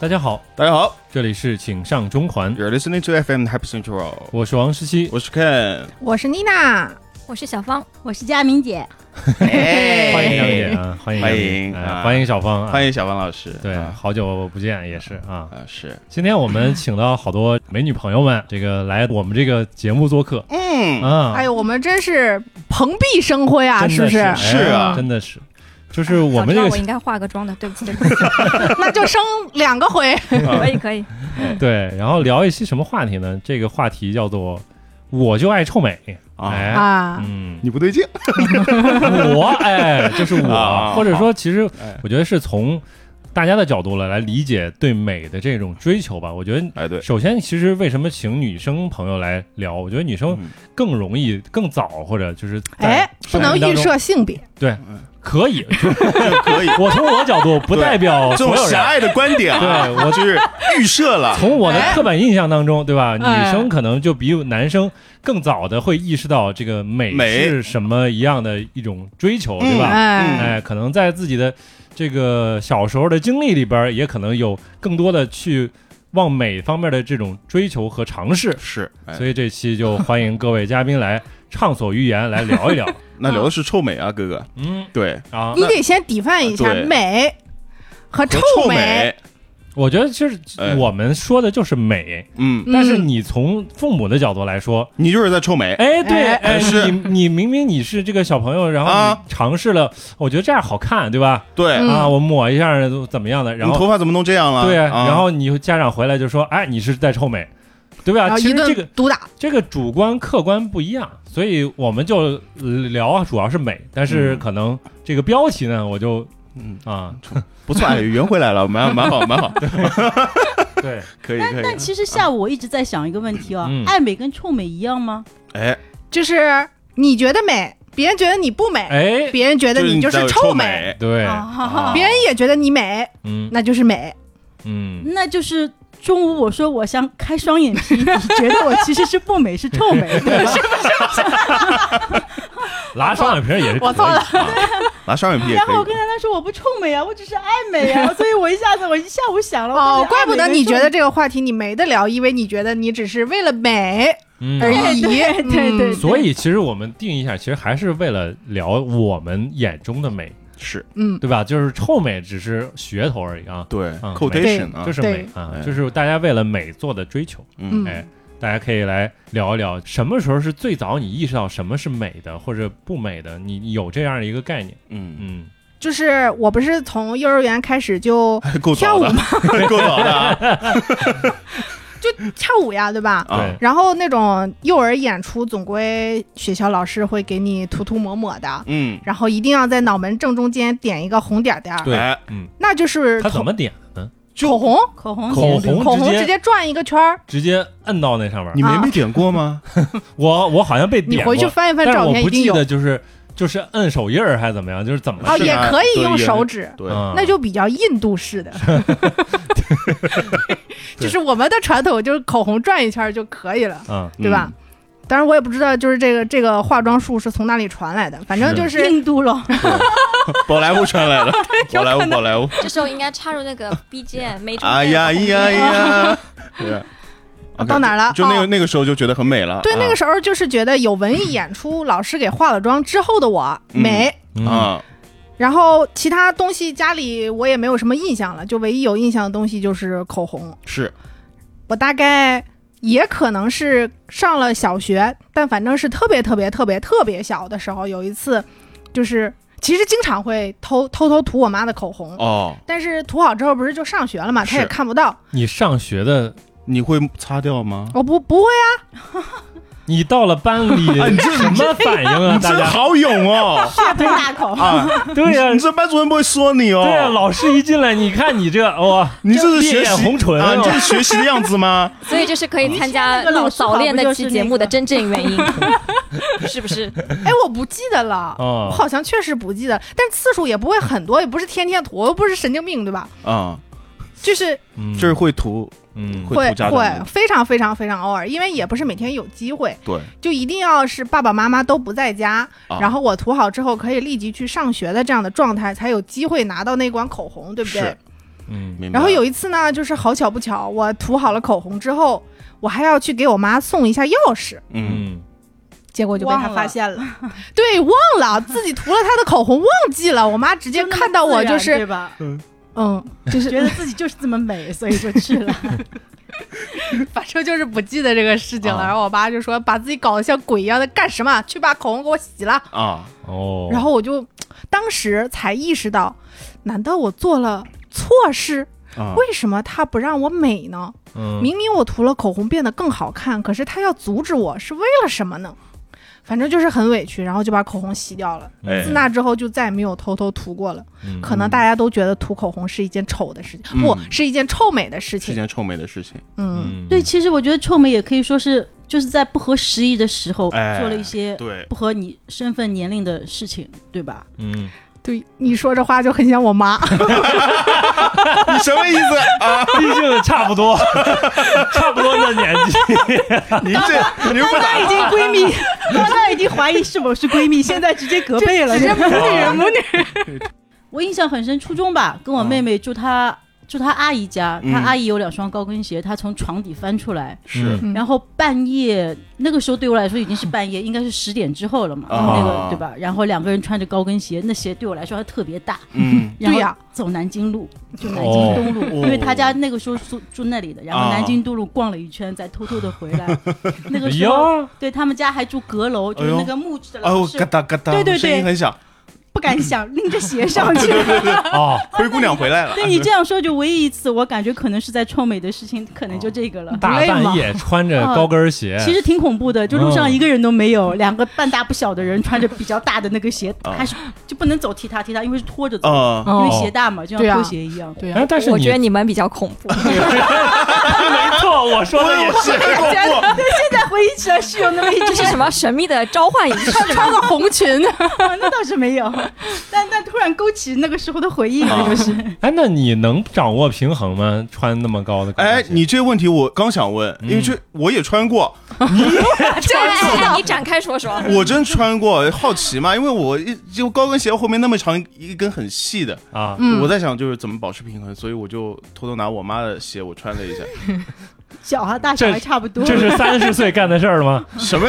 大家好，大家好这里是请上中环， ，You're listening to FM Happy Central，我是王石溪，我是 Ken，我是妮娜，我是小芳，我是佳明姐，欢迎杨姐哎，啊，欢迎杨姐欢迎哎啊欢迎小芳啊，欢迎小王老师，对，啊好久不见也是啊。啊是，今天我们请到好多美女朋友 们，这个来我们这个节目做客嗯，啊，哎呦，我们真是蓬荜生辉啊，真不的是？是是哎啊真的是，就是我们早知道这我个应该化个妆的，对不起，对不起，那就生两个回，啊可以可以， 对，然后聊一期什么话题呢？这个话题叫做“我就爱臭美”，啊哎，啊，嗯，你不对劲，我哎，就是我啊，或者说，其实哎我觉得是从大家的角度来来理解对美的这种追求吧。我觉得，哎对，首先，其实为什么请女生朋友来聊？我觉得女生嗯更容易、更早，或者就是哎在，不生能活预当中，设性别，可以。可以，我从我角度，不代表哎这哦所种有人狭。隘的观点啊，对我就是预设了，从我的哎刻板印象当中，对吧？哎女生可能就比男生更早的会意识到这个美美是什么一样的一种追求，嗯对吧？嗯哎，哎，可能在自己的这个小时候的经历里边儿，也可能有更多的去往美方面的这种追求和尝试。是，哎所以这期就欢迎各位嘉宾来畅所欲言，来聊一 聊。那聊的是臭美啊，哥哥，嗯对，啊，你得先 define 一下对美和和臭臭美，美，我觉得其实哎我们说的就是美，嗯，嗯但是你从父母的角度来说，你就是在臭美，哎，对，哎哎，是你你明明你是这个小朋友，然后啊你尝试了，我觉得这样好看，对吧？对，嗯啊，我抹一下怎么样的，然你后头发怎么弄这样了？对，啊然后你家长回来就说，哎，你是在臭美，对吧？然后啊其啊实一这个顿毒打，这个主观客观不一样，所以我们就聊主要是美，但是嗯可能这个标题呢，我就嗯啊，不错， 哎圆回来了，蛮蛮好，蛮好，对，可以可以但，其实下午我一直在想一个问题啊，嗯爱美跟臭美一样吗？哎，就是你觉得美，别人觉得你不美，哎，别人觉得你就就是你在是臭臭美，，对，啊别人也觉得你美，嗯那就是美。嗯，那就是中午我说我想开双眼皮，你觉得我其实是不美，是臭 美，对吧拉双眼皮儿也是可以 我错了，拿双眼皮也然可后我以跟。楠楠说我不臭美啊，我只是爱美啊，所以我一下子我一下午想了，我哦，到底爱怪美不得跟你臭觉得这个话题你没得聊，因为你觉得你只是为了美嗯。而哎已。对对对所以，其实我们定义一下，其实还是为了聊我们眼中的美，是嗯，对吧？就是臭美只是噱头而已啊，对嗯 quotation 啊，就是美啊，对就是大家为了美做的追求。嗯嗯哎，大家可以来聊一聊，什么时候是最早你意识到什么是美的或者不美的，你你有这样一个概念？嗯，嗯，就是我不是从幼儿园开始 就还够跳早舞的， 够早的啊跳舞呀，对吧？ 啊，然后那种幼儿演出，总归学校老师会给你涂涂抹抹的，嗯，然后一定要在脑门正中间点一个红点点儿，对哎嗯，那就是他口怎么点的呢？口红，口红口简直红口直红接直接转一个圈儿。直接摁到那上面。你没啊被点过吗？我我好像被你点过，回去翻一翻但是照我片，不一定记有得就是就是摁手印儿还是怎么样，就是怎么啊，是也吧可以对用也手指， 对，嗯那就比较印度 式的， 对就是我们的传统就是口红转一圈儿就可以了，嗯对吧？当然我也不知道，就是这个这个化妆术是从哪里传来的，反正就是啊印度了，嗯？宝莱坞传来 了，宝莱坞，宝莱坞，这时候应该插入那个 BGM，没中间哎呀，哎呀，哎呀， 啊对。OK，到哪儿了就那个哦那个时候就觉得很美了，对，啊那个时候就是觉得有文艺演出，老师给化了妆之后的我嗯美。嗯啊，然后其他东西家里我也没有什么印象了，就唯一有印象的东西就是口红。是我大概也可能是上了小学，但反正是特别特别特别特别小的时候，有一次就是其实经常会偷偷偷涂我妈的口红。哦，但是涂好之后不是就上学了嘛，她是也看不到。你上学的，你会擦掉吗？我不不会啊，你到了班里 啊你什么反应啊？ 你大真 家好勇哦！大喷大口。 啊，对呀你这班主任不会说你对呀，哦？老师一进来，你看你这哇，你这是烈学焰习红唇啊？你这啊是学习的样子吗？所以这是可以参加录早恋那期节目的真正 原因，是不是？哎，我不记得了，我哦啊！好像确实不记得，但次数也不会很多，也不是天天涂，我又不是神经病，对吧？ 啊，就是嗯这是会涂，嗯会会涂家长会的非常非常非常偶尔，因为也不是每天有机会，对，就一定要是爸爸妈妈都不在家，啊然后我涂好之后可以立即去上学的这样的状态，才有机会拿到那管口红，对不对是？嗯明白然后有一次呢，就是好巧不巧，我涂好了口红之后，我还要去给我妈送一下钥匙，嗯，嗯，结果就被她忘了发现了。对，忘了自己涂了她的口红，忘记了。我妈直接就那么看到我自就然是对吧？嗯，就是觉得自己就是这么美，所以就去了。 反正就是不记得这个事情了。啊然后我爸就说把自己搞得像鬼一样的干什么？去把口红给我洗了。啊，哦，然后我就当时才意识到，难道我做了错事？啊为什么他不让我美呢？嗯，明明我涂了口红变得更好看，可是他要阻止我，是为了什么呢？反正就是很委屈，然后就把口红洗掉了。哎自那之后就再也没有偷偷涂过了。嗯可能大家都觉得涂口红是一件丑的事情，嗯不是一件臭美的事是情。件臭美的事情。嗯，嗯 对，其实我觉得臭美也可以说是就是在不合时宜的时候哎做了一些对，不合你身份年龄的事情，对吧？嗯，对，你说这话就很像我妈。你什么意思啊？毕竟差不 多，差不多的年纪，您啊这您刚把刚已经闺 蜜，刚刚已经怀疑是否是闺蜜，现在直接隔辈了，直接母女啊人，母女人。我印象很深，初中吧，跟我妹妹住她、住她阿姨家，嗯她阿姨有两双高跟鞋，她从床底翻出来，是嗯然后半夜那个时候对我来说已经是半夜，应该是十点之后了嘛，啊那个对吧？然后两个人穿着高跟鞋，那鞋对我来说还特别大，嗯然后对呀走南京路，就南哦京东路，哦因为他家那个时候住住那里的，然后啊南京东路逛了一圈，再偷偷的回 来。那个哎时候，呀，对他们家还住阁楼，就是哎呦那个木质的老哦，式，嘎哒嘎哒，对对对哦声音很响。不敢想，拎着鞋 上去。哦，灰姑娘回来了，对你这样说，就唯一一次，我感觉可能是在臭美的事情，可能就这个了。大半夜穿着高跟鞋，其实挺恐怖的，就路哦上一个人都没有，两个半大不小的人穿着比较大的那个鞋，还是就不能走踢踏踢踏，因为是拖着走，啊，因为嗯哦鞋大嘛，就对像啊拖鞋一样。 对哎，但是我你觉得你们比较恐 怖，没错，我说的也是，哦过过现在回忆起来是有那么一这是什么神秘的召唤仪式吗？穿个红 裙，啊，那倒是没有， 但但突然勾起那个时候的 回忆了，就是。哎，那你能掌握平衡吗？穿那么高的高跟哎鞋，你这个问题我刚想问，因为这我也穿过，这哎，你展开说说。我真穿过，好奇嘛，因为我一就高跟鞋后面那么长一根很细的，啊，嗯我在想就是怎么保持平衡，所以我就偷偷拿我妈的鞋我穿了一下，脚啊大小这还差不多。这是三十岁干的事儿吗？什么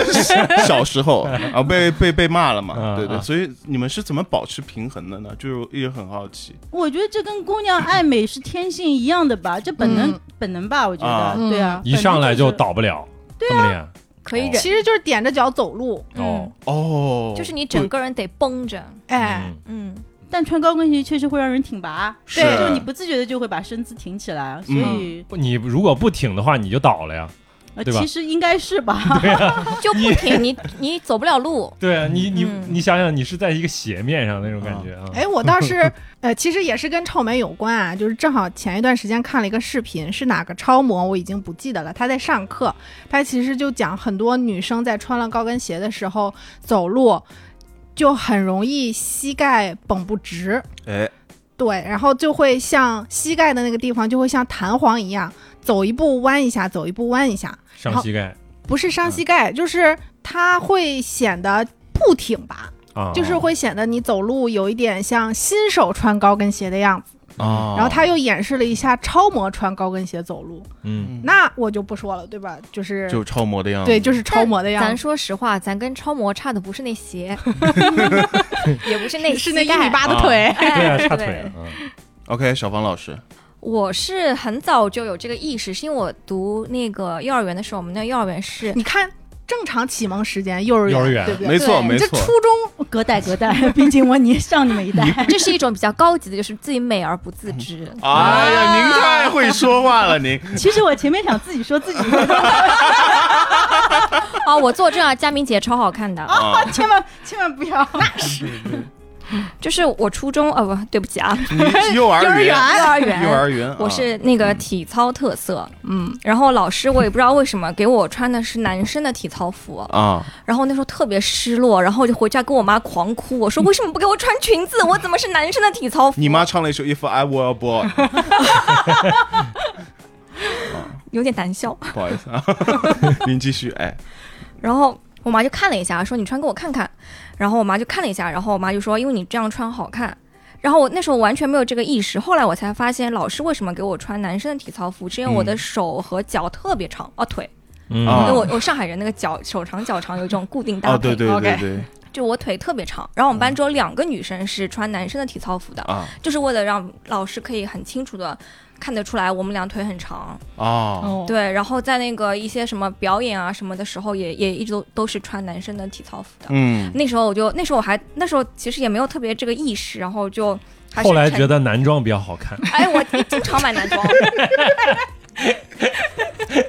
小时候啊被被被骂了啊嘛，对对，啊所以你们是怎么保持平衡的呢？就是也很好奇，我觉得这跟姑娘爱美是天性一样的吧，这本能、嗯本能吧，我觉得。嗯对啊，一上来本能。就是倒不了，这么厉害可以忍，其实就是踮着脚走路。哦，哦，就是你整个人得绷着，哎，嗯嗯，但穿高跟鞋确实会让人挺拔，是对，就你不自觉的就会把身子挺起来，所以、不你如果不挺的话，你就倒了呀。呃嗯对吧其实应该是吧。就不停，你你走不了路，对啊，你你嗯你想想，你是在一个斜面上那种感觉啊。哎，我倒是，呃，其实也是跟臭美有关啊，就是正好前一段时间看了一个视频，是哪个超模我已经不记得了，她在上课，她其实就讲很多女生在穿了高跟鞋的时候走路就很容易膝盖绷不直，哎，对，然后就会像膝盖的那个地方就会像弹簧一样，走一步弯一下，走一步弯一下，上膝盖不是伤膝盖，就是它会显得不挺拔。哦啊，就是会显得你走路有一点像新手穿高跟鞋的样子。啊，然后他又演示了一下超模穿高跟鞋走路，嗯，嗯那我就不说了，对吧？就是就嗯超模的样子，对，就是超模的样咱子，说实话，咱跟超模差的不是 那鞋，也不是那是那一米膝盖，八的啊腿。 对啊，哎差对腿了。嗯 OK，小芳老师，我是很早就有这个意识，是因为我读那个幼儿园的时候，我们那幼儿园是你看，正常启蒙时间，幼儿幼儿园，园对不对？没错对没你这错初，中隔代隔代， 冰清我你上你们一代。这是一种比较高级的，就是自己美而不自知。哎呀，您太会说话了，您 其实我前面想自己说自己，哦，我作证啊，佳明姐超好看的。哦啊，千万千万不要。就是我初中，呃，不对不起啊，你幼儿园，幼儿园，幼儿嗯园，我是那个体操特色，嗯，然后老师我也不知道为什么给我穿的是男生的体操服，啊，然后那时候特别失落，然后我就回家跟我妈狂哭，我说为什么不给我穿裙子？我怎么是男生的体操服？你妈唱了一首《If I Were a Boy》， 有点难笑。不好意思啊， 您继续，哎，然后我妈就看了一下，说你穿给我看看。然后我妈就看了一下，然后我妈就说因为你这样穿好看。然后我那时候完全没有这个意识，后来我才发现老师为什么给我穿男生的体操服，是因为我的嗯手和脚特别长，哦腿，嗯啊因为我我上海人那个脚手长脚长有一种固定搭哦，对配，对对 OK 对就我腿特别长。然后我们班只有两个女生是穿男生的体操服的，啊就是为了让老师可以很清楚的看得出来我们俩腿很长。啊哦，对，然后在那个一些什么表演啊什么的时候也，也一直都都是穿男生的体操服的。嗯，那时候我就那时候我还那时候其实也没有特别这个意识，然后就还是后来沉觉得男装比较好看，哎， 我经常买男装。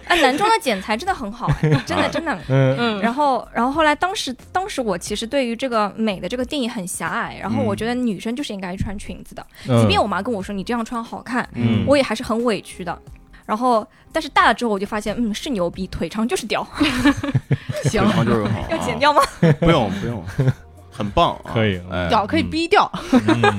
哎，男装的剪裁真的很好， 哎真的真的。嗯嗯，然后，然后后来，当时当时我其实对于这个美的这个定义很狭隘，然嗯后我觉得女生就是应该穿裙子的，嗯 即便我妈跟我说你这样穿好看，嗯我也还是很委屈的。然后，但是大了之后我就发现，嗯，是牛逼，腿长就是屌，行腿，长就是好，要剪啊掉吗？ 不用不用，很棒啊，可以哎脚可以逼掉， 嗯啊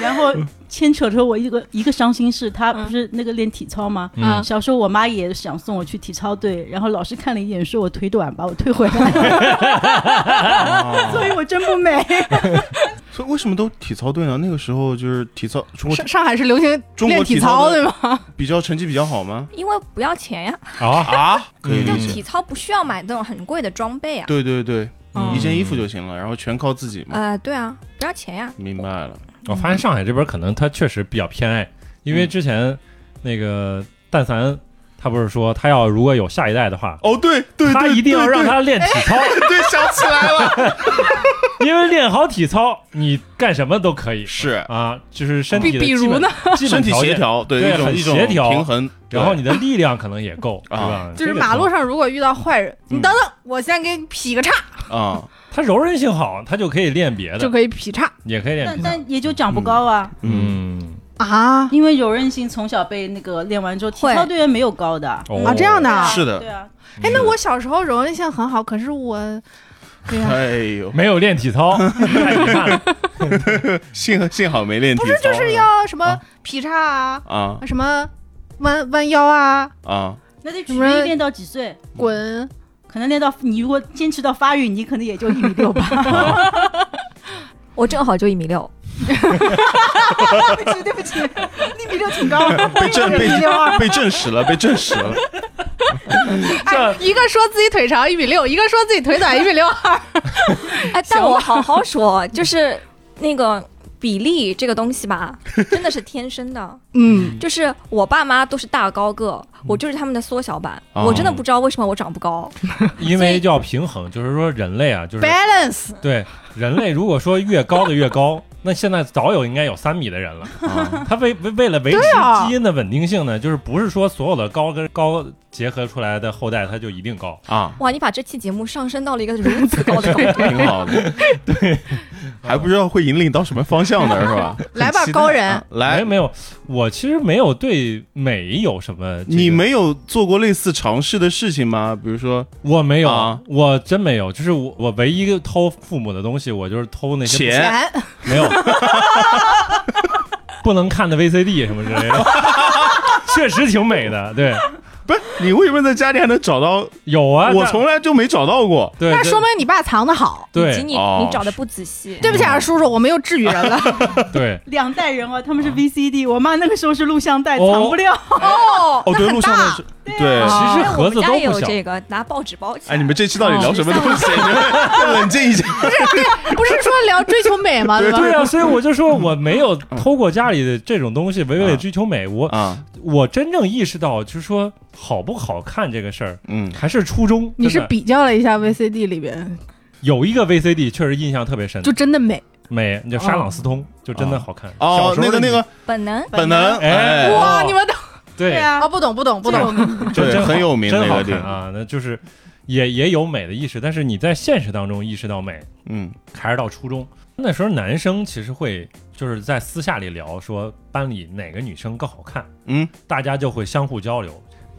然后牵扯出我一个一个伤心事，他嗯不是那个练体操吗？嗯小时候我妈也想送我去体操队，然后老师看了一眼，说我腿短，把我退回来，啊所以我真不美。 所以为什么都体操队呢？那个时候就是体操，中国上上海是流行中国练体体操操的对吗？比较成绩比较好吗？因为不要钱呀，啊，啊，可以嗯就理解。体操不需要买那种很贵的装备啊。对对对，嗯一件衣服就行了，然后全靠自己嘛。呃，对啊，不要钱呀。明白了，我发现上海这边可能他确实比较偏爱，因为嗯之前那个但凡他不是说他要如果有下一代的话，哦，对对他一定要让他练体操， 对，想起来了， 因为练好体操，你干什么都可以是啊，就是身体比的比基如本呢，基身本体条协件，调，对对一种很一种协调平衡，对然后你的力量可能也够，对啊吧？就是这个马路时候上如果遇到坏人，嗯你等等，我先给你劈个叉，啊，他柔韧性好，他就可以练别就的，可以劈叉也可以练但别的。但也就长不高啊，嗯，嗯，啊因为柔韧性从小被那个练完之后，体会操队员没有高的。哦啊这样的啊是对的，啊，哎，那我小时候柔韧性很好，可是 我，对呀、哎呦， 没有练体 操，太遗憾了。幸幸好没练体不操，是就是要什么啊劈叉啊，啊什么弯弯腰啊，啊， 那得什取么决于练到几岁，滚，可能练到你如果坚持到发育，你可能也就一米六吧。我正好就一米六，对不起，对不起，一米六 挺高的，被证被被证实了，被证实了，这哎，一个说自己腿长一米六，一个说自己腿短一米六二，哎，但我好好说，就是那个比例这个东西吧，真的是天生的。 嗯，就是我爸妈都是大高个，我就是他们的缩小版。哦我真的不知道为什么我长不高。 因为要平衡，就是说人类啊，就是 balance，对人类，如果说越高的越高， 那现在早有应该有三米的人了。啊他为为为了维持对啊基因的稳定性呢，就是不是说所有的高跟高结合出来的后代它就一定高。啊，。哇，你把这期节目上升到了一个如此高的高度 挺好的，对，还不知道会引领到什么方 向呢，是吧？来吧很期待高人啊没来，没有，我其实没有对美有什么、这个你没有做过类似尝试的事情吗？比如说我没有，啊我真没有。就是我我唯一偷父母的东西，我就是偷那些钱钱没有 不能看的 VCD 什么之类的， 确实挺美的。对，不是你为什么在家里还能找到？有啊，我但从来就没找到过。对，那对说明你爸藏的好。以及对你哦你找的不仔细。对不起啊，叔叔，我们又治愈人 了。对两代人哦，他们是 VCD，我妈那个时候是录像带，啊哦藏不了。哦哦，对，那很录像大的是，对啊其实哎盒子都我们家也不有小。这个拿报纸包起来。哎，你们这期到底聊什么东西？你哦 们冷静 一下。不是说聊追求美吗？对吧？对啊，所以我就嗯说我没有偷过家里的这种东西，唯为了追求美。我啊，我真正意识到，就是说好不好看这个事儿，嗯，还是初中。你是真的比较了一下 VCD 里边，有一个 VCD 确实印象特别深就，真的美美就沙朗斯通，就真的好看。哦小，时那候个的那个本能。本能，哎哎，哇！你们懂你对啊哦啊？，不懂，不懂，不懂。就 对真好很有名真那好个地看方。啊，那就是也也有美的意识，但是你在现实当中意识到美，嗯还是到初中那时候，男生其实会就是在私下里聊说班里哪个女生更好看，嗯，大家就会相互交流，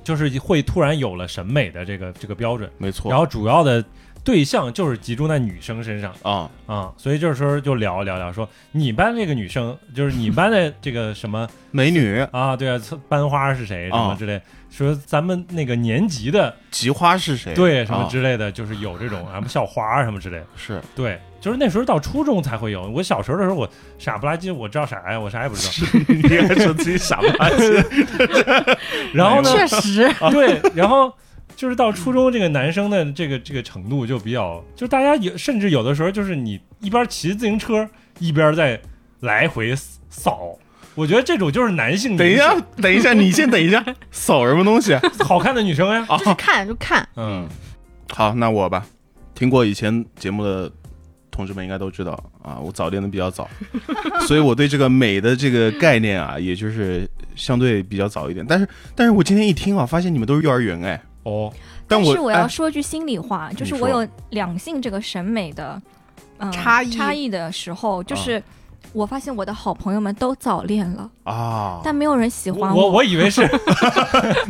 就是会突然有了审美的这个这个标准，没错。然后主要的。对象就是集中在女生身上啊，啊，所以这时候就聊聊聊说，你班那个女生就是你班的这个什么美女啊，对啊，班花是谁什么啊之类，说咱们那个年级的菊花是谁？对什么啊之类的，就是有这种什么校花什么之类的。是对，就是那时候到初中才会有。我小时候的时候，我傻不拉几，我知道啥呀？我啥也不知道。你还说自己傻不拉几？ 啊然后呢，确 实，对，然后就是到初中这个男生的这个这个程度就比较，就是大家有甚至有的时候就是你一边骑自行车一边在来回扫。我觉得这种就是男性 等一凝下，等一下，你先等一下，扫什么东西啊？视，好看的女生呀，就是看就看，嗯，好，那我吧，听过以前节目的同志们应该都知道啊，我早恋的比较早， 所以我对这个美的这个概念啊，也就是相对比较早一点。但是，但是我今天一听啊，发现你们都是幼儿园哎，哦，但我是我要哎说句心里话，就是你我说有两性这个审美的、嗯差异差异的时候，就是我发现我的好朋友们都早恋了，啊，但没有人喜我欢我我以为是，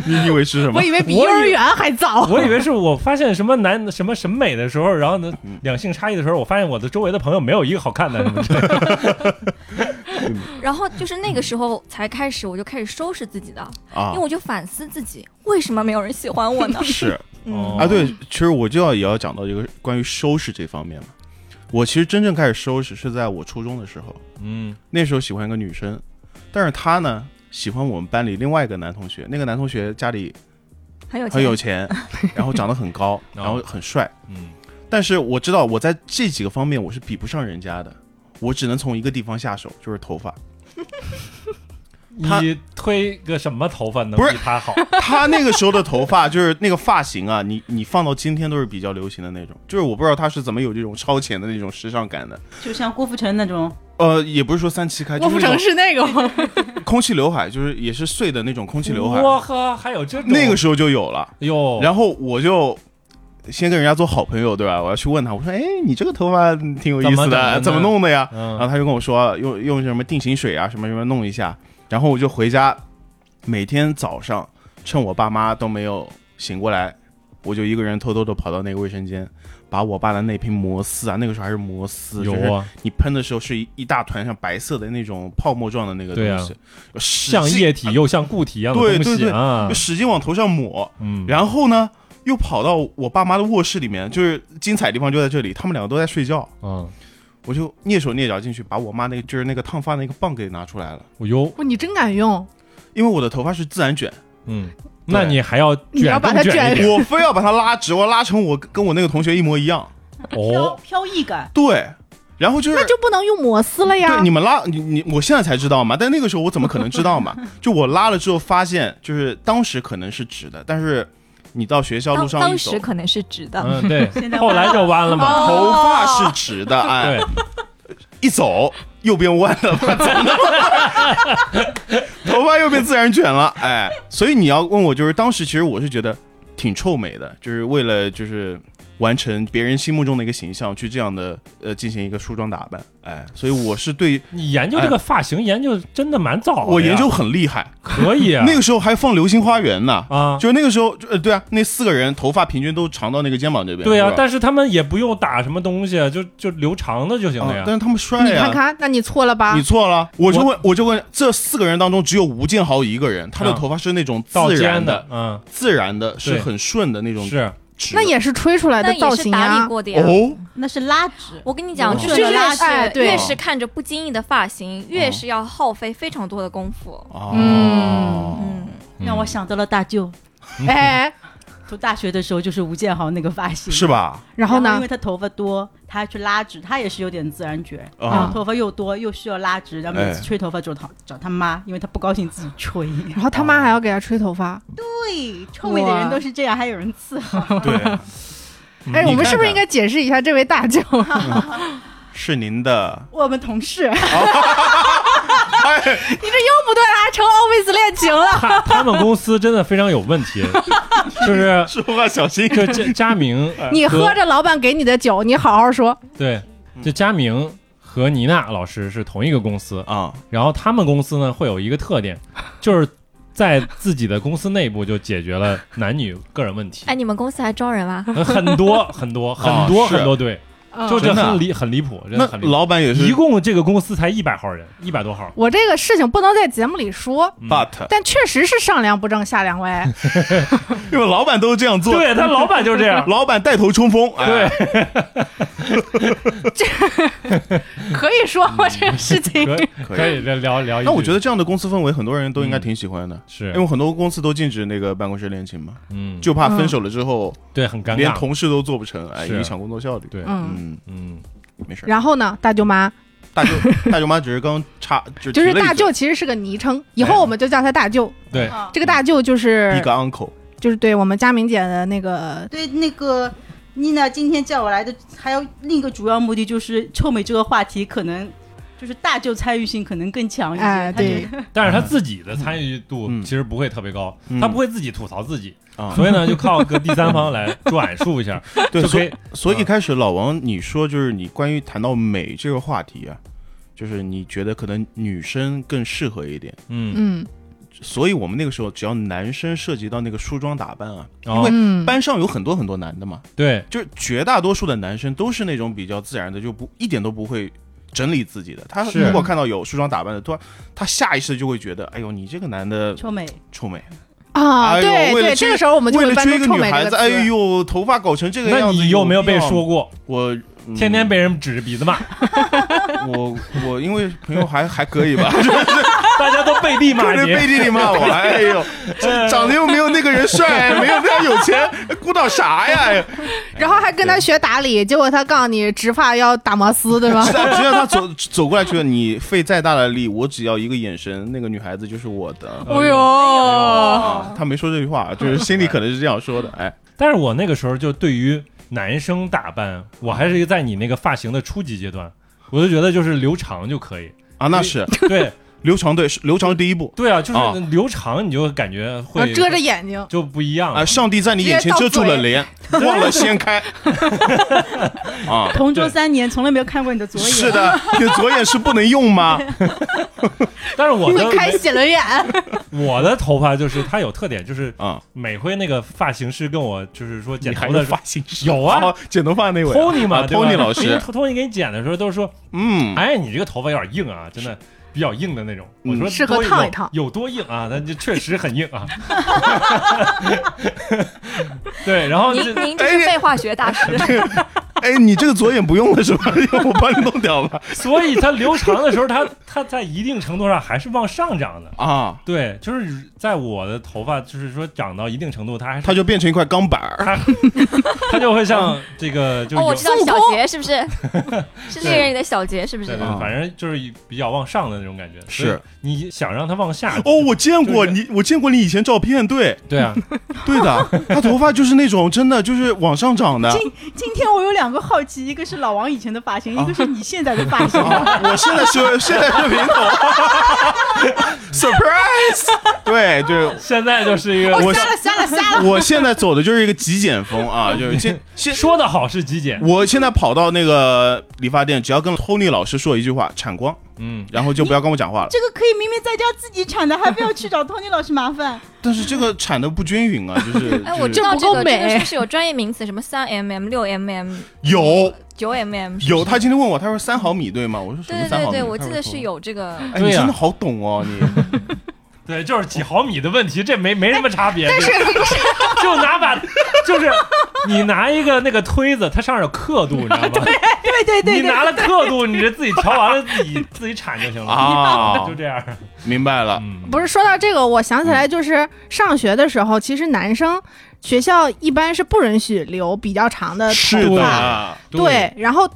你以为是什么我？以为比我幼以儿园还哦早。我以为是我发现什么男什么审美的时候，然后呢嗯两性差异的时候，我发现我的周围的朋友没有一个好看的什么之类的。然后就是那个时候才开始，我就开始收拾自己的，啊？因为，我就反思自己为什么没有人喜欢我呢 是哦嗯，啊，对，其实我就要也要讲到一个关于收拾这方面嘛。我其实真正开始收拾是在我初中的时候，嗯，那时候喜欢一个女生，但是她呢喜欢我们班里另外一个男同学，那个男同学家里很有很有钱，钱，然后长得很高，然后很帅。嗯，但是我知道我在这几个方面我是比不上人家的，我只能从一个地方下手，就是头发。 他你推个什么头发能不是比他好？他那个时候的头发就是那个发型啊，你你放到今天都是比较流行的那种，就是我不知道他是怎么有这种超前的那种时尚感的。就像郭富城那种，哦呃，也不是说三七开，郭就富是那城种是 那个吗？空气刘海，就是也是碎的那种空气刘海，我靠，还有这种那个时候就有了。哟，然后我就先跟人家做好朋友，对吧？我要去问他，我说：“哎，你这个头发挺有意思的，怎怎么么弄弄的呀？”然后啊嗯，他就跟我说，用用什么定型水啊，什么什么弄一下。然后我就回家，每天早上趁我爸妈都没有醒过来，我就一个人偷偷的跑到那个卫生间，把我爸的那瓶摩丝啊，那个时候还是摩丝，就有是啊，你喷的时候是一一大团像白色的那种泡沫状的那个对啊东西，就使像劲液体又像固体一样的对东对西对啊就，使劲往头上抹，嗯，然后呢，又跑到我爸妈的卧室里面，就是精彩的地方就在这里，他们两个都在睡觉，嗯，我就蹑手蹑脚进去，把我妈那个就是那个烫发那个棒给拿出来了，我哟，哇，你真敢用！因为我的头发是自然卷，嗯，那你还要你要把它更卷一卷点我非要把它拉直，我拉成我跟我那个同学一模一样，飘 哦，飘逸感，对，然后就是那。就不能用摩丝了呀对，你。们拉你你，我现在才知道嘛，但那个时候我怎么可能知 道嘛？就我拉了之后发现，就是当时可能是直的，但是你到学校路当上一当走时，可能是直的，嗯，对现，在后来就弯了嘛，头发是直的，哎，哦对，一走右边弯了， 把头头发又被自然卷了，哎，所以你要问我，就是当时其实我是觉得挺臭美的，就是为了就是完成别人心目中的一个形象，去这样的呃进行一个梳妆打扮，哎，所以我是对你研究这个发型研究真的蛮早的呀，我研究很厉害，可以啊，那个时候还放《流星花园》呢，啊，就是那个时候，就呃，对啊，那四个人头发平均都长到那个肩膀这边，对呀是，吧但是他们也不用打什么东西，啊就就留长的就行了啊呀但，是他们帅你呀、看看，那你错了吧你？错了，我就我问，我就问，这四个人当中只有吴建豪一个人，他的嗯头发是那种到自然肩的、，嗯，自然的，是对很顺的那种是，直的。那也是吹出来那的哎造也是型啊打理呀。过的呀。哦，那是拉直。我跟你讲，哦就是是越拉是、嗯哎对越是看着不经意的发型，越是要耗费非常多的功夫。哦嗯嗯，让我想到了大舅，哎，读大学的时候就是吴建豪那个发型，是吧？然后呢因为？他头发多，他还去拉直，他也是有点自然卷，啊然后头发又多又需要拉直，然后每次哎吹头发就找他找他哎妈，因为他不高兴自己吹。然后他妈还要给他吹头发。对，臭美的人都是这样，还有人伺候。对，嗯哎，你我们看是不是看应该解释一下这位大舅？ 是您的。我们同事，哎，你这又不对啦，成 always 恋 情了。他他们公司真的非常有问 题，就是说话小心。就佳佳明嗯和，你喝着老板给你的酒，你好好说。对，就佳明和妮娜老师是同一个公司，啊然后他们公司呢会有一个特点，就是在自己的公司内部就解决了男女个人问题哎，，你们公司还招人吗？ 很多很多很多哦是很多对，嗯就这真的啊很离很离谱，真的那很离谱。老板也一是共这个公司才一百号人，一百多号。我这个事情不能在节目里说，嗯，but 但确实是上梁不正下梁歪。因为老板都是这样做，对他老板就是这样， 啊老板带头冲锋，哎，对，可以说吗？这个事情可以可以。以再聊聊一句。那我觉得这样的公司氛围，很多人都应该挺喜欢的，是因为，很多公司都禁止那个办公室恋情嘛，嗯，就怕分手了之后对，很尴连尬。同事都做不成，哎，是影响工作效率。对，嗯，嗯，嗯，没事儿。然后呢，大舅妈大舅 大舅妈只是刚插，就就是提了一大嘴舅，其实是个昵称，以后我们就叫他大舅。对，嗯啊这个大舅就一是个 uncle，就是对我们佳明姐的那个，对那个妮娜今天叫我来的，还有另一个主要目的就是臭美这个话题可能就是大舅参与性可能更强一些，哎，他就对，但是他自己的参与度嗯其实不会特别高，嗯他不会自己吐槽自己，啊所以呢，就靠个第三方来转述一下，对，就所可以以所以嗯一开始老王你说就是你关于谈到美这个话题啊，就是你觉得可能女生更适合一点，嗯，嗯所以我们那个时候只要男生涉及到那个梳妆打扮啊，因 为嗯，班上有很多很多男的嘛，对，就是绝大多数的男生都是那种比较自然的，就不一点都不会整理自己的。他是如果看到有梳妆打扮的，突然他下意识就会觉得，哎呦，你这个男的臭美臭美，啊，哎呦对为了追对，这个时候我们就为会了搬追一出个臭女美孩这子，个哎词。呦，头发搞成这个那样子，你有没有被说过？过？我、嗯天天被人指着鼻子骂，我我因为朋友还还可以吧，大家都背地 骂嗯就是你，背地里骂 我，哎呦，这长得又没有那个人帅，没有那样有钱，孤岛啥 呀？然后还跟他学打理，结果他告诉你直发要打摩丝，对 吧？只要只要他走走过来，觉得你费再大的力，我只要一个眼神，那个女孩子就是我的。哎呦呦，哦他没说这句话，就是心里可能是这样说的。哎，但是我那个时候就对于男生打扮，我还是一个在你那个发型的初级阶段，我就觉得就是留长就可以。啊，那 是对留长对，是留长是第一步对啊，就啊是留长你就感觉然会后 啊遮着眼睛，就不一样啊！了。上帝在你眼前遮住了脸，忘了掀 开啊！同桌对三年从来没有看过你的左眼，是的，你的左眼是不能用 吗？但是我你开的写 轮眼，我的头发就是它有特点，就是啊，每回那个发型师跟我就是说剪你还头有的时候发型师有啊哦剪头发那位 Tony 嘛啊对吧 Tony 老师因为 Tony 给你剪的时候都说，嗯，哎，你这个头发有点硬啊，真的比较硬的那种。我嗯说适合多硬烫一有烫有多硬啊？那就确实很硬 啊。对，然后您这您这是废话学大师，哎，你这个左眼不用了是吧？ 要不我帮你弄掉吧。所以它留长的时候，它它在一定程度上还是往上长的。啊，对，就是在我的头发，就是说长到一定程度，它还是它就变成一块钢板儿。它就会像这个，就是哦，我有知道小杰是不是？是这个人里的小杰是不对是对，？对啊反正就是比较往上的那种感觉。是所以你想让它往下 哦，我见过就是你，我见过你以前照片，对对啊，对 的，他头发就是那种真的就是往上长的。今今天我有两个好奇，一个是老王以前的发型，哦一个是你现在的发 型。啊，我现在 是现在是平头，surprise！对，就是现在就是一个我瞎了瞎了瞎了，我现在走的就是一个极简风啊，就是现现说的好是极简，我现在跑到那个理发店，只要跟 Tony 老师说一句话“产光嗯”，，然后就不要跟我讲话哎了。这个可以明明在家自己产的，还非要去找托尼老师麻烦。但是这个产的不均匀啊，就是 哎，就我知是道这这不够个这个美是不是有专业名词？什么三 mm、六 mm、有九 mm？有，他今天问我，他说三毫米对吗？我说什么对三对毫米？对，我他记说得是。有这个。哎，你对呀真的好懂哦，你对，就是几毫米的问题，这没没什么差别。但是这个就拿把，就是你拿一个那个推子，它上面有刻度，你知道吗？对对对你对，拿了刻度，你这自己调完了，自己自己铲就行了。啊就这样。明白了。嗯，不是说到这个，我想起来就是上学的时候，其实男生学校一般是不允许留比较长的是头发，的，对，然后。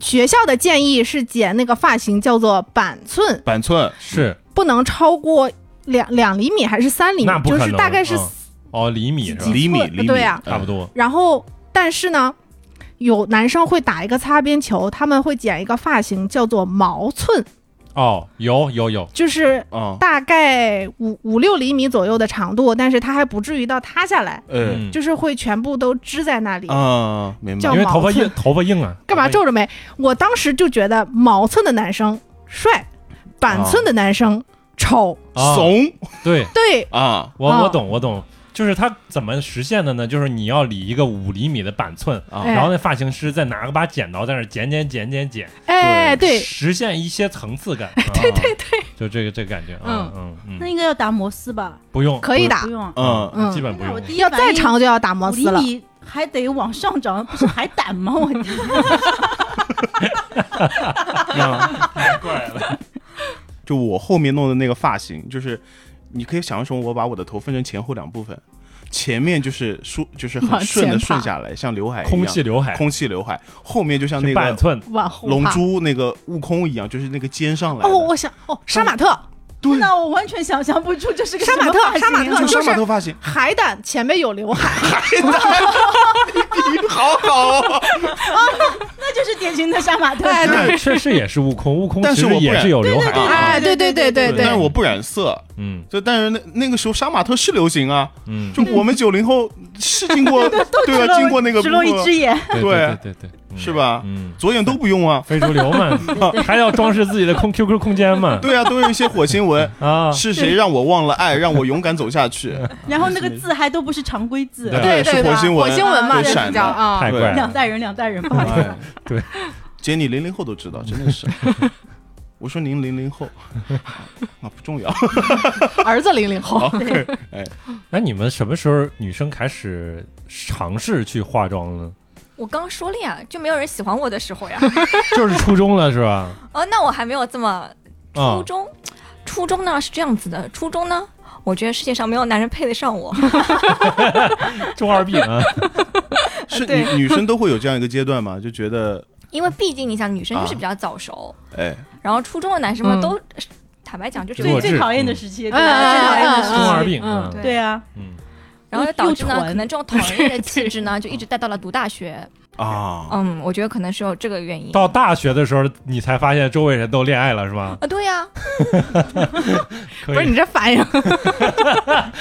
学校的建议是剪那个发型叫做板寸，板寸是不能超过两两厘米还是三厘那米，不就可能是大概是嗯哦，厘米是吧？厘米寸厘米，对呀差不多。然后，但是呢，有男生会打一个擦边球，他们会剪一个发型，叫做毛寸，哦，有有有，就是啊。大概五五六厘米左右的长度，但是它还不至于到塌下来，嗯嗯，哦就是会全部都支在那里。啊，明白叫。因为头发毛寸硬，头发硬啊。干嘛头皱着眉？我当时就觉得毛寸的男生帅，板寸的男生丑。啊，怂对对，啊我啊我懂我懂，就是它怎么实现的呢？就是你要理一个五厘米的板寸，啊哎哦然后那发型师再拿个把剪刀在那儿剪剪剪剪剪，哎，对，哎实现一些层次感。对对对，就这个这个感觉，嗯嗯嗯那嗯，应该要打摩丝吧？不用可以打不，用，嗯，不用嗯基，本不那我用。第一要反再应长就要打五摩厘丝了。米还得往上涨，不是还胆吗？我天，太怪了，就我后面弄的那个发型，就是你可以想象成我把我的头分成前后两部分，前面就是梳就是往很顺的前顺爬下来，像刘海一嗯样，空气刘海，空气刘海，后面就像那哎是板个寸，往后龙爬珠那个悟空一样，就是那个尖上来的。嗯哦，我想哦，杀马特，对，那我完全想象不出这是个杀什马么特发杀马型就特就是杀马特发 型，海胆前面 有刘海，好好哦。那就是典型的杀马特。哎但确实也是悟空，悟空但其是实我不也染是有刘海对的，哎，对对对对对但是对，我不染色，嗯就但是那那个时候杀马特是流行啊，嗯，就我们九零后是经 过对只吧？露经过那个只露一部分只眼，对对对对，嗯是？吧？嗯，左眼都不用啊，非主流嘛，还要装饰自己的空 QQ 空间嘛，对啊，都有一些火 星文。啊， 是谁让我忘了爱，让我勇敢走下去？然后那个字还都不是常规字，对对是对火星文火星文嘛，啊这闪比较的啊太，怪了，两代人两代人吧。 哎，对，姐你零零后都知道，真的是。 我说您零零 后，啊不重要。哎儿子零零哦后，那你们什么时候女生开始尝试去化妆呢？我刚说了呀，就没有人喜欢我的时候呀。 就是初中了是吧？哦，那我还没有这么啊初，中，初中呢是这样子的，初中呢，我觉得世界上没有男人配得上我。中二病啊，是对女女生都会有这样一个阶段嘛，就觉得因为毕竟你想，女生就是啊比较早熟，哎，然后初中的男生们嗯都、坦白讲就是弱最智最讨厌的时期，对吧嗯最讨厌嗯的中二时期。病嗯啊，对对啊，嗯，然后就导致呢又，蠢可能这种讨人厌的气质呢，就一直带到了读大学。啊，嗯，我觉得可能是有这个原因。到大学的时候你才发现周围人都恋爱了是 吧？啊，对呀、可不是以你，这反应，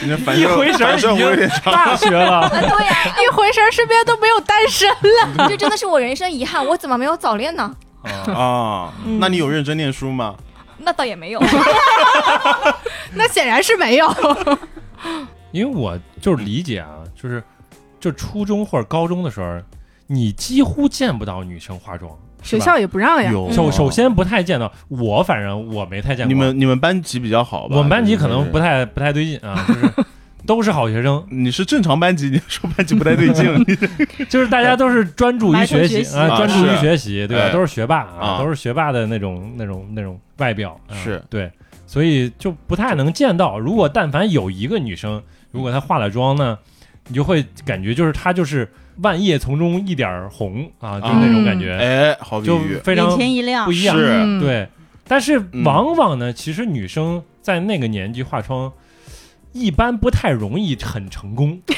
你这反一射回神儿反已射有经点长。大学了， 啊，对呀、一回神身边都没有单身， 这真的是我人生遗憾，我怎么没有早恋呢？啊啊，那你有认真念书吗？那倒也没有。那显然是没有。因为我就是理解啊，就是就初中或者高中的时候，你几乎见不到女生化妆，是学吧校也不让呀，有首首先不太见到，我反正我没太见过。你们你们班级比较好吧？我们班级可就能是不太不太对劲啊，就是 都是好学生，你是正常班级，你说班级不太 对劲了，你就是大家都是专注于埋头学学习习啊，啊专注于是学习，对吧？哎都是学霸啊都是学霸的那种那种那种外表，啊是对，所以就不太能见到。如果但凡有一个女生，如果她化了妆呢，你就会感觉就是她就是万叶丛中一点儿红啊，就是那种感觉，哎，好比就喻，非嗯眼常前一亮不，一样。是嗯，对，但是嗯往往呢，其实女生在那个年纪化妆，一般不太容易很成功，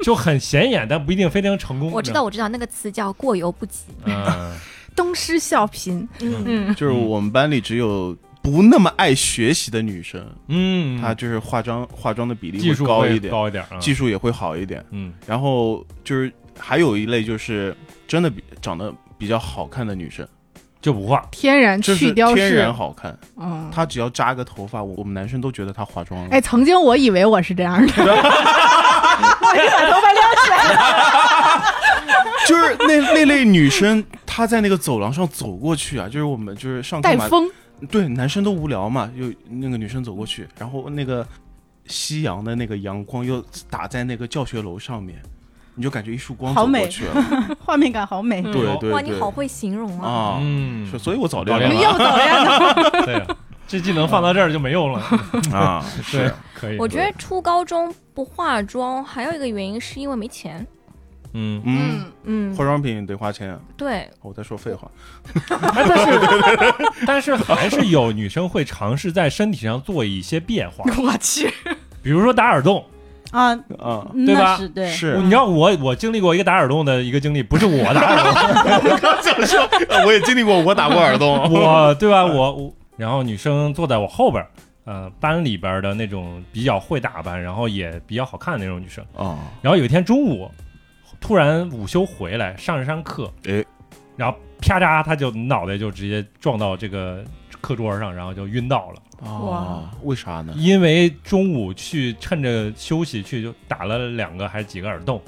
就很显眼，但不一定非常成功。我知道，我知道，那个词叫过犹不及。嗯， 东施效颦，嗯，嗯，就是我们班里只有不那么爱学习的女生，嗯，她就是化妆化妆的比例技术会高会一点，高一点啊，技术也会好一点。嗯然后就是还有一类就是真的比长得比较好看的女生，就不化，天然就去是雕天然饰，好看，嗯。她只要扎个头发，我我们男生都觉得她化妆了。哎，曾经我以为我是 这样的，啊就是那 那类女生，她在那个走廊上走过去啊，就是我们就是上课带嘛，风，对，男生都无聊嘛，又那个女生走过去，然后那个夕阳的那个阳光又打在那个教学楼上面，你就感觉一束光好走过美去了，画面感好美。嗯对对对，哇，你好会形容啊！啊，嗯是所以我早早恋恋了又走呀， 对啊，这技能放到这儿就没用了， 啊，对是，可以，我觉得初高中不化妆，还有一个原因是因为没钱。 嗯，嗯，嗯，嗯化，妆品得花钱，啊对，我在说废话，哎但是但是还是有女生会尝试在身体上做一些变 化，我去，比如说打耳洞，啊，啊，对吧那是对，是啊你知道我我经历过一个打耳洞的一个经历，不是我打耳洞，我也经历过，我打 过耳洞，我对吧？我我，然后女生坐在我后边儿，呃，班里边儿的那种比较会打扮，然后也比较好看的那种女生。啊，然后有一天中午，突然午休回来上着上课，哎，然后啪嚓，她就脑袋就直接撞到这个课桌上，然后就晕倒了。哦，为啥呢？因为中午去趁着休息去就打了两个还是几个耳洞，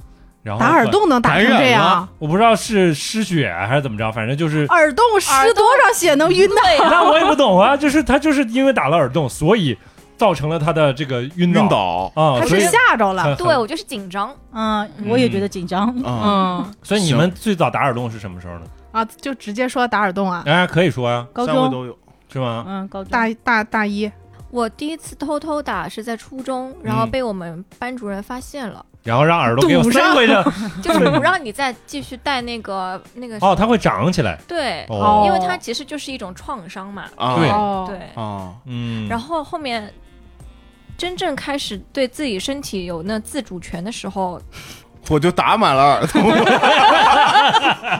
然后打耳，洞能打成这感染 样啊了？我不知道是失血还是怎么着，反正就是耳洞失多少血能晕对 呀、那我也不懂啊，就是他就是因为打了耳洞，所以造成了他的这个晕晕倒倒啊，他所是以吓着了，很对我就是紧张，嗯，我也觉得紧张。嗯啊！所以你们最早打耳洞是什么时候呢？啊，就直接说打耳洞嗯啊，大家可以说呀，高三位中，都有，是吗？嗯，高中大大大一，我第一次偷偷打是在初中，然后被我们班主任发现了，然后让耳朵给我堵上伸回去，就是不让你再继续戴那个那个哦，它会长起来。对，哦因为它其实就是一种创伤嘛，啊对哦，对。啊，嗯，然后后后面真正开始对自己身体有那自主权的时候，我就打满了 耳洞，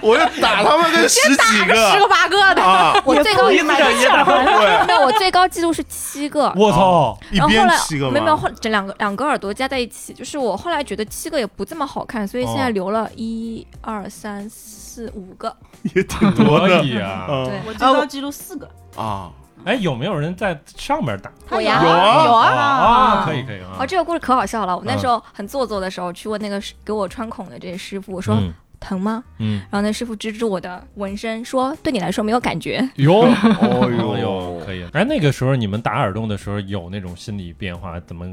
我就打他们个十几十个个八个的，啊！我最高一个一个对，对我最高记录是七个。我操，啊一然后后边来七个没有没有，吗？后这两个两个耳朵加在一起，就是我后来觉得七个也不这么好看，所以现哦在留了一二三四五个。也挺多可的以 啊！嗯对，我最高记录四哦个，啊！哎，有没有人在上面打？他我呀有啊有啊啊，可以可以啊哦，。这个故事可好笑了。我那嗯时候很做作的时候，去问那个师给我穿孔的这师傅，我说嗯疼吗？嗯，然后那师傅指指我的纹身，说对你来说没有感觉。有哦哦哟可以。哎，那个时候你们打耳洞的时候有那种心理变化？怎么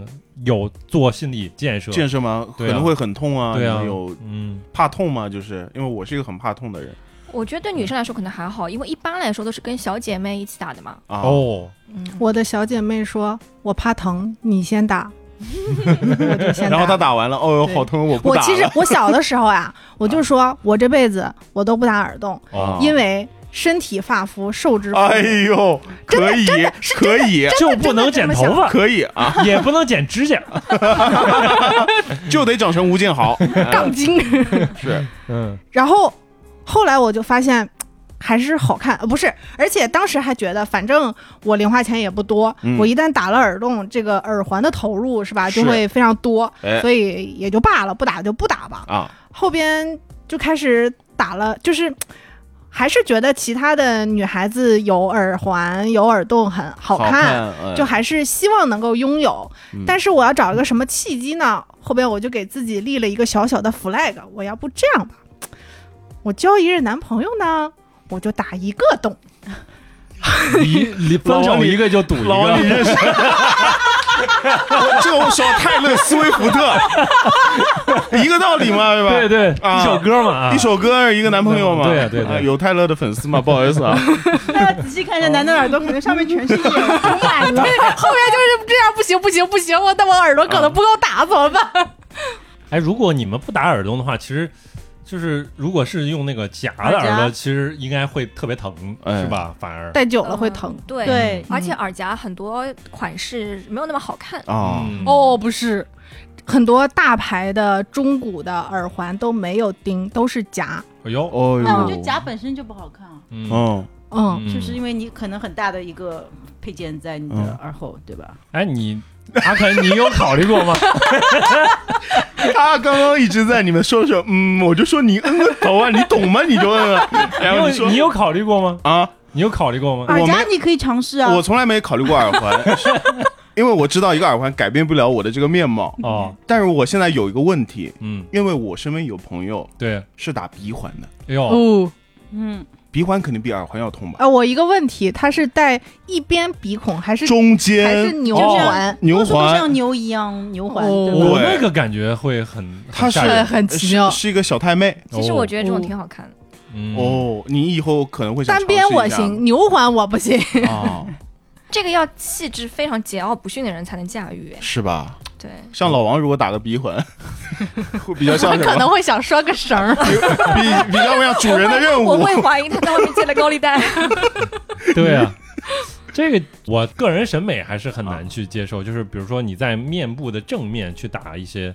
有做心理建设？健身吗？可对啊能会很痛啊，对啊你们有嗯，怕痛吗？就是因为我是一个很怕痛的人我觉得对女生来说可能还好，因为一般来说都是跟小姐妹一起打的嘛。啊。哦，嗯，我的小姐妹说，我怕疼，你先打，我就先打。然后他打完了，哦对哟，好疼，我不我打了。啊其实我小的时候 呀、我就说我这辈子我都不打耳洞，哦因为身体发肤受之父母。哎呦，真的可以，可以，就不能剪头发，可以啊，也不能剪指 甲。就得长成吴 建豪。杠 精。是，嗯，然后后来我就发现。还是好看，呃不是，而且当时还觉得，反正我零花钱也不多，嗯我一旦打了耳洞，这个耳环的投入是吧，是就会非常多，哎所以也就罢了，不打就不打吧。啊，后边就开始打了，就是还是觉得其他的女孩子有耳环、有耳洞很好看，嗯看，就还是希望能够拥有。嗯但是我要找一个什么契机呢？后边我就给自己立了一个小小的 flag，我要不这样吧，我交一任男朋友呢，我就打一个洞。离离分手一个就赌一老王，你个。认识？这种说泰勒·斯威夫特， 一个道理嘛，对吧？对对，啊一首歌嘛，啊一首歌一个男朋友嘛，对啊对对啊有泰勒的粉丝 嘛，不好意思啊，大家仔细看一下男的耳朵，可能上面全是 眼，充满了。后面就是这样，不行不行不行，我那我耳朵可能不够打，怎么办？哎，如果你们不打耳洞的话，其实就是如果是用那个夹的耳耳朵，夹其实应该会特别疼，哎是吧？反而戴久了会疼。嗯对 对而且耳夹很多款式没有那么好看。啊，嗯，哦，不是，很多大牌的中古的耳环都没有钉，都是夹。哎呦，哦那我觉得哟，夹本身就不好看啊，嗯，嗯，嗯，嗯就是因为你可能很大的一个配件在你的嗯耳后，对吧？哎，你阿肯，你有考虑过 吗？他刚刚一直在你们说说，嗯，我就说你摁个头啊，你懂吗？你就摁啊，然 后你你说有你有考虑过吗？啊，你有考虑过吗？我耳夹没你可以尝试啊我，从来没考虑过耳 环，是因为我知道一个耳环改变不了我的这个面貌。哦，但是我现在有一个问题，嗯，因为我身边有朋友对，是打鼻环的，哎呦，哦，嗯，鼻环肯定比耳环要痛吧？呃，我一个问题，它是戴一边鼻孔还是中还是间牛哦环？牛多数都环像牛一样牛环，哦对吧？我对那个感觉会很，它很吓是人哎很奇呃是妙。是一个小太妹其实我觉得这种哦挺好看的。嗯，哦，你以后可能会想单边我尝试行，牛环我不行。一下啊，这个要气质非常桀骜不驯的人才能驾驭。哎是吧？对，像老王如果打个鼻环，会 比较像我什可么？能会想拴个绳 儿，比比较像主人的任我务会怀疑他在外面借了高利贷。 对啊，这个我个人审美还是很难去接受。就是比如说你在面部的正面去打一些，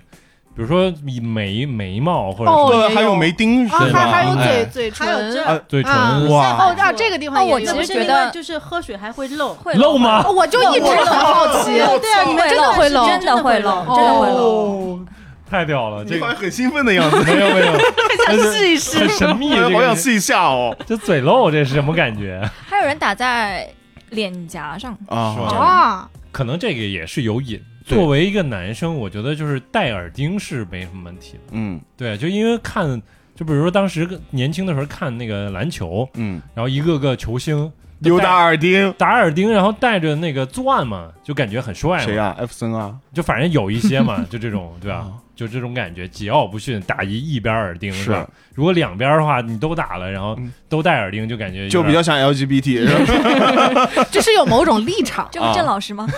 比如说你眉眉毛或者哦说对，还有眉钉是啊，还吧？还有哎嘴嘴唇，还有这儿，嘴唇，啊哇哦，啊，这个地方哦也我有其那不实是觉因为得就是喝水还会 漏，会露吗？哦我就一直很好奇，对对啊，你们真的会是漏真的会漏漏，真的会漏哦，太屌了，你这好个像很兴奋的样子，没有没有， 很想试一试。很神秘， 我这好个想试一下哦。这嘴漏这是什么感觉？还有人打在脸颊上，是吧啊，啊，可能这个也是有瘾。对作为一个男生，我觉得就是戴耳钉是没什么问题的。嗯对，就因为看，就比如说当时年轻的时候看那个篮球，嗯，然后一个个球星溜达耳钉，打耳钉，然后戴着那个钻嘛，就感觉很帅嘛。谁呀？艾弗森啊，就反正有一些嘛，就这 种对吧啊？就这种感觉，桀骜不驯，打一一边耳钉是吧？如果两边的话，你都打了，然后嗯都戴耳钉，就感觉有就比点较像 LGBT，是 吧哦这是有某种立场。这不是郑老师吗？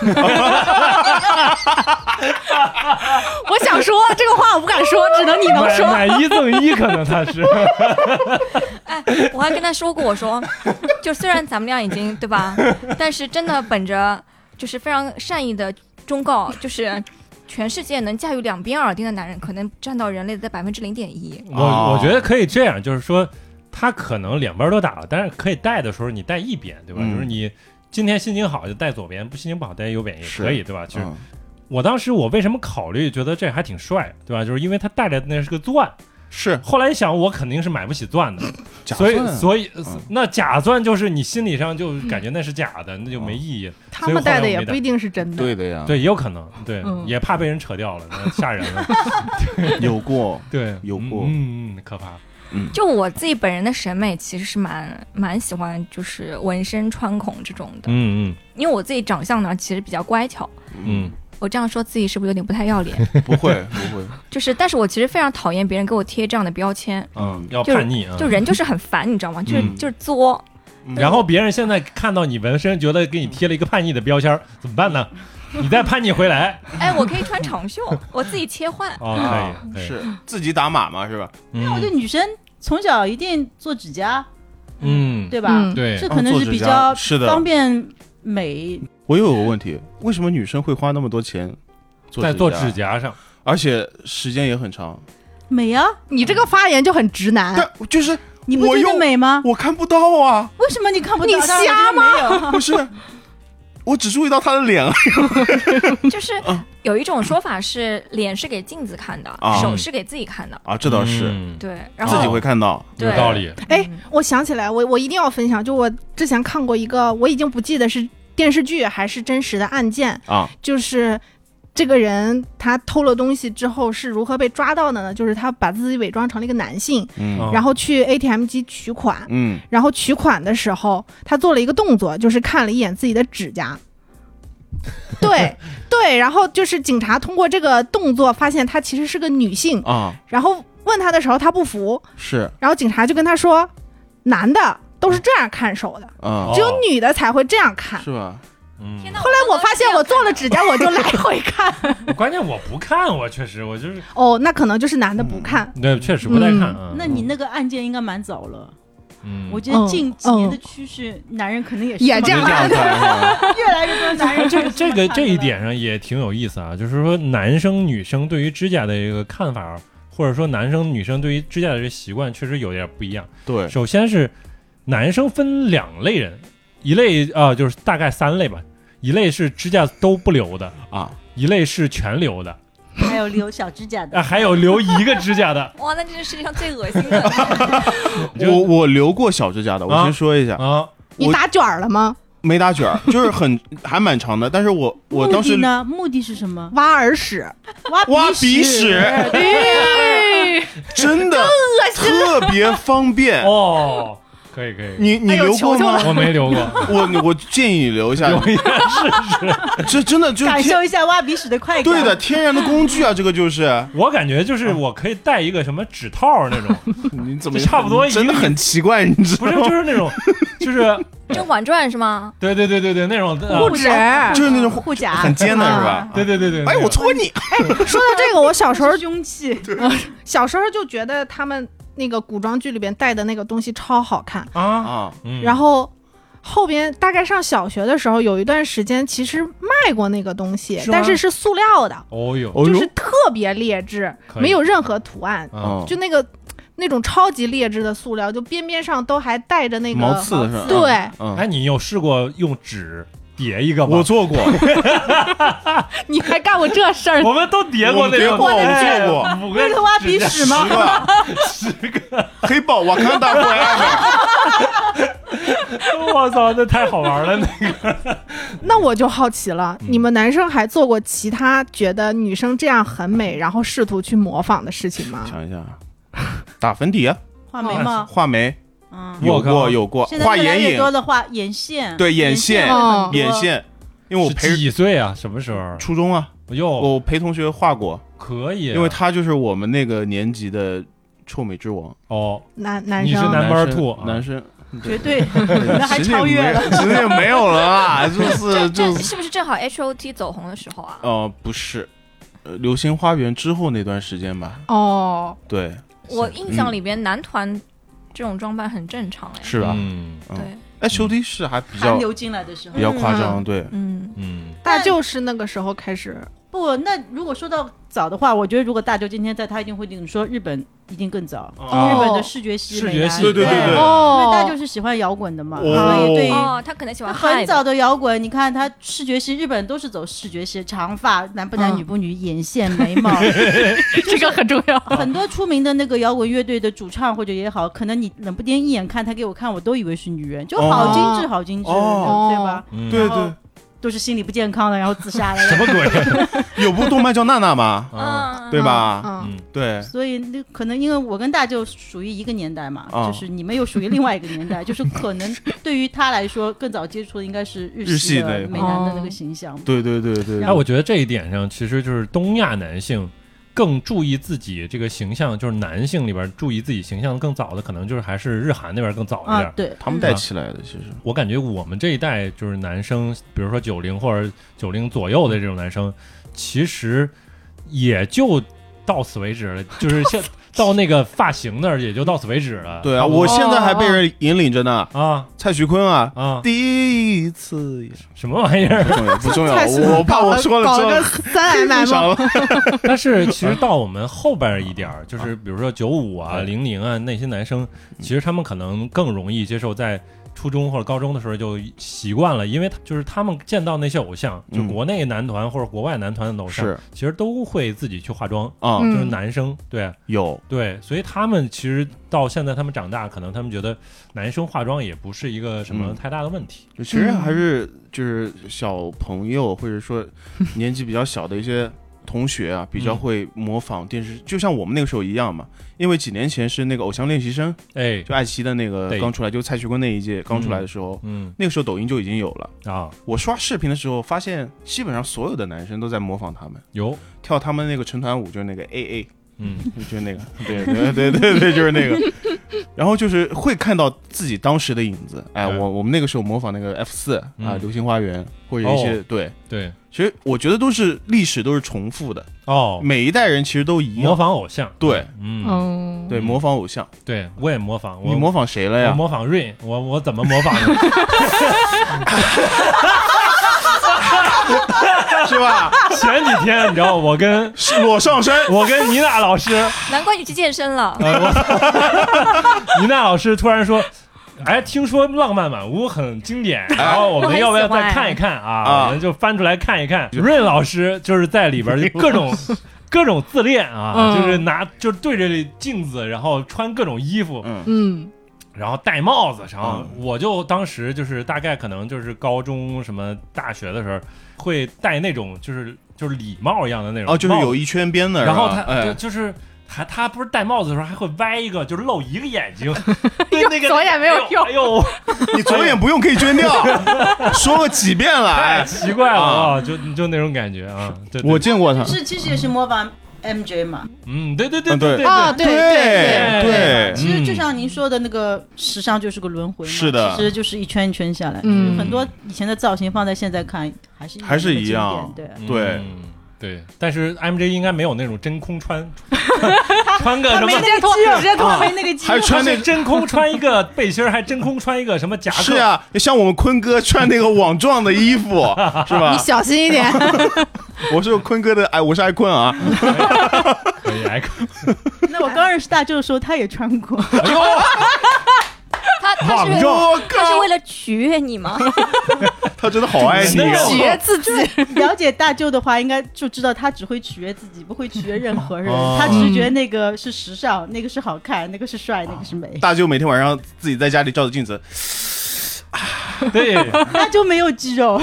我想说这个话，我不敢说，只能你能说。哎买买一赠一，可能他 是哎，我还跟他说过，我说， 就虽然咱们俩已经对吧，但是真的本着就是非常善意的忠告，就是。全世界能驾驭两边耳钉的男人，可能占到人类的百分之零点一。哦我我觉得可以这样，就是说他可能两边都打了，但是可以戴的时候你戴一边，对吧？嗯就是你今天心情好就戴左边，不心情不好戴右边也是可以，对吧？就是嗯我当时我为什么考虑觉得这还挺帅，对吧？就是因为他戴的那是个钻，是后来一想我肯定是买不起钻的，假所以钻啊所以、嗯那假钻就是你心理上就感觉那是假的，那就没意义。他们戴的也不一定是真的。对的呀，对，也有可能，对，嗯也怕被人扯掉了，那吓人 了，有过，对，有过嗯嗯嗯，可怕。就我自己本人的审美，其实是蛮蛮喜欢就是纹身、穿孔这种的，嗯因为我自己长相呢其实比较乖巧。嗯，我这样说自己是不是有点不太要脸？嗯不会 不会，就是，但是我其实非常讨厌别人给我贴这样的标签，嗯嗯，要就是叛逆啊。就人就是很烦，你知道吗？就是嗯就是作，然后别人现在看到你纹身，觉得给你贴了一个叛逆的标签儿，怎么办 呢？你再叛逆回来哎，我可以穿长袖，我自己切换。哦啊，可以，可以，是自己打码嘛，是吧？那我觉嗯得女生从小一定做指甲，嗯，对吧？嗯对这可能啊做是指比甲较是方的。便美。我又有个问题，为什么女生会花那么多钱做在做指指甲，甲上，而且时间也很长？美啊，你这个发言就很直男。但就是你不我觉得又美吗？我看不到 啊，为什么你看不到？你瞎吗？不是，我只注意到她的脸了。就是有一种说法是，脸是给镜子看的，啊手是给自己看的。啊，这倒是，嗯对，然自己后嗯会看到。对有道理。哎，我想起来，我我一定要分享，就我之前看过一个，我已经不记得是电视剧还是真实的案件，啊，就是这个人他偷了东西之后是如何被抓到的呢？就是他把自己伪装成了一个男性，嗯哦然后去 ATM 机取款，嗯，然后取款的时候，他做了一个动作，就是看了一眼自己的指甲。 对对，然后就是警察通过这个动作发现她其实是个女性，啊，然后问她的时候她不服，是然后警察就跟她说，男的都是这样看手的，啊哦，只有女的才会这样看。是吧？嗯，天哪！后来我发现我做了指甲，我就来 回看。关键我不看，我确实我就是哦，那可能就是男的不看。对，确实不太看 啊。嗯那你那个案件应该蛮早了，嗯，我觉得近几年嗯的趋势，男人可能也是也这这么样就这样看 是吧，越来越多男人哎这个这么个 看这一的点上也挺有意思啊，就是说男生女生对于指甲的一个看法，或者说男生女生对于指甲的这个习惯，确实有点不一样。对，首先是男生分两类人，一类啊、就是大概三类吧，一类是指甲都不留的，啊，一类是全留的，还有留小指甲的啊，，还有留一个指甲 的哇，那这是世界上最恶心的。你就我我留过小指甲的，啊我先说一下，啊，你我打卷儿了吗？没打卷儿，就 是很还蛮长的，但是我我目当时的呢？目的是什么？挖耳屎，挖挖鼻鼻屎 哎真的特别方便。哦，可以可以，你你哎呦留过求求吗？我没留过， 我我建议你留一下，留一个 试试。这真的就是感天受一下挖鼻屎的快感。对的，天然的工具啊，这 个就是我感觉啊就是我可以戴一个什么指套那种，你怎么差不多一真的很奇怪，你 知不是就道吗？是那种，就是《甄嬛传》是吗？对对对对对那种，啊不止。就是那种护啊甲，很尖的是吧？对对对对，哎，那我种戳你！说到这个，我小时候 是凶器。小时候就觉得他们那个古装剧里边戴的那个东西超好看，啊，啊，嗯然后后边大概上小学的时候，有一段时间其实卖过那个东西，是吗但是是塑料的，哦呦，哦就是呦，特别劣质，可以没有任何图案，哦嗯啊，就那个那种超级劣质的塑料，就边边上都还带着那个毛刺的是吧？对，嗯，哎，嗯，你有试过用纸叠一个吗？我做过， 你还干过这事 儿？我们都叠过那我们叠种，过哎我们五为个了挖鼻屎吗？ 十个，十个，黑豹，我看大回来了。我我操，那太好 玩了！那那我就好奇了，嗯你们男生还做过其他觉得女生这样很美，然后试图去模仿的事情啊吗？想一下，啊打粉底啊， 画眉毛，画眉嗯，我有靠过有过，现在画越来眼越影多的画眼线，啊对眼线嗯线会很多眼，线，因为我是陪几哦岁啊？什么时候？初中啊，哟，我陪同学画过，可以啊，因为他就是我们那个年级的臭美之王，哦，男男你是生男 Number 生 two 啊男生，绝对那还其实也超越没了。其实也没有了 啊，就是就这这是，是不是正好 H O T 走红的时候啊？呃，不是，呃，流星花园之后那段时间吧，哦，对，我印象嗯里边男团这种装扮很正常哎。是吧？嗯对，哎，球迪是还比较韩流进来的时候比，较夸张，对，嗯，嗯，大但就是那个时候开始，不，那如果说到早的话，我觉得如果大舅今天在，他一定会跟你说日本一定更早，哦日本的视觉系视美觉啊系对对对对因为哦，大舅是喜欢摇滚的嘛，哦所以对于哦，他可能喜他欢很 high 的早的摇滚，你看他视觉系，日本都是走视觉系，长发，男不男嗯女不女，眼线、眉毛，这个很重要。很多出名的那个摇滚乐队的主唱或者也好，可能你冷不丁一眼看他给我看，我都以为是女人，就好精致，好精致，哦对吧？嗯对然后都是心理不健康的，然后自杀了。什么鬼？对，有部动漫叫娜娜嘛，啊，嗯哦对吧？嗯，嗯，对， 所以那可能因为我跟大舅属于一个年代嘛，啊就是你们又属于另外一个年代，就是可能对于他来说更早接触的应该是日日系系那一的块美男的哦那个形象。对对对对哎，我觉得这一点上，其实就是东亚男性更注意自己这个形象，就是男性里边注意自己形象更早的，可能就是还是日韩那边更早一啊点。，对，他们带起来的，其实我感觉我们这一代就是男生，比如说九零或者九零左右的这种男生，其实也就到此为止了，就是像到那个发型那儿也就到此为止了。对啊，差哦不多我现在还被人引领着呢。啊蔡徐坤啊，啊，第一次也什么玩意儿？不重要，不重要蔡徐坤，啊我怕我说了搞之了后个三 M 少 M，了。但是其实到我们后边一点儿，就是比如说九五啊、对零零啊那些男生，其实他们可能更容易接受在。初中或者高中的时候就习惯了，因为他就是他们见到那些偶像，就嗯国内男团或者国外男团的偶像，是其实都会自己去化妆，啊，就是嗯男生，对有对，所以他们其实到现在他们长大，可能他们觉得男生化妆也不是一个什么嗯太大的问题。其实嗯还是就是小朋友或者 说年纪比较小的一些同学啊，比较嗯会模仿电视，就像我们那个时候一样嘛。因为几年前是那个《偶像练习生》，哎，就爱奇艺的那个对刚出来，就蔡徐坤那一届刚出来的时候，嗯那个时候抖音就已经有了。啊，我刷视频的时候，发现基本上所有的男生都在模仿他们有，跳他们那个成团舞，就是那个 A A。嗯，就是 那个，对对对对对，就是那个。然后就是会看到自己当时的影子。哎，对我我们那个时候模仿那个 F 四啊，嗯哦流星花园或者一些、对，对，其实我觉得都是历史都是重复的，哦，每一代人其实都一模样。仿偶像，嗯对嗯，嗯，对，模仿偶像，对我也模仿，我你模仿谁啊了我呀？哦模仿 Rain，我我怎么模仿的？是吧？ 前几天你知道我跟 是裸上身。我跟妮娜老师，难怪你去健身了。呃，我妮娜老师突然说。哎，听说《浪漫满屋》很经典，然后我们要不要再看一看啊？啊我们就翻出来看一看。润老师就是在里边儿就各种 各种自恋啊，嗯就是拿就对着镜子，然后穿各种衣服，嗯，嗯，然后戴帽子。然后嗯我就当时就是大概可能就是高中什么大学的时候，会戴那种就是就是礼帽一样的那种哦，就是帽子有一圈边的，然后是他吧就哎，就是还他不是戴帽子的时候还会歪一个，就是露一个眼 睛，对右那个左眼没有用哎呦，你左眼不用可以捐 掉，说了几遍了，太哎，奇怪了啊啊，就就那种感觉啊，对，对我见过他，是其实也是模仿 MJ 嘛，嗯，对对对嗯对对啊，对，对对对对其实就嗯像您说的那个时尚就是个轮回嘛，是的其实就是一圈一圈下来，嗯就是很多以前的造型放在现在看还是还是一样那个经典对。嗯对对，但是 MJ 应该没有那种真空 穿，穿个什么没。那个肌肉，直接啊没那个肌肉还，穿那是真空穿一个背心儿，还真空穿一个什么夹克？是啊，像我们坤哥穿那个网状的衣服是吧你？小心 一点，我是坤哥的，哎，我是爱坤啊，可以，哎那我刚认识大舅的时候，他也穿过。哎呦，他他网是状我他是靠为，了取悦你吗？ 他真的好爱你那啊个！取悦自己。了解大舅的话，应该就知道他只会取悦自己，不会取悦任 何人哦。他只是觉得那个是时尚，那 个是好看，那个是帅，那个是美。大舅每天晚上自己在家里照着镜子，对，他就没有 肌肉。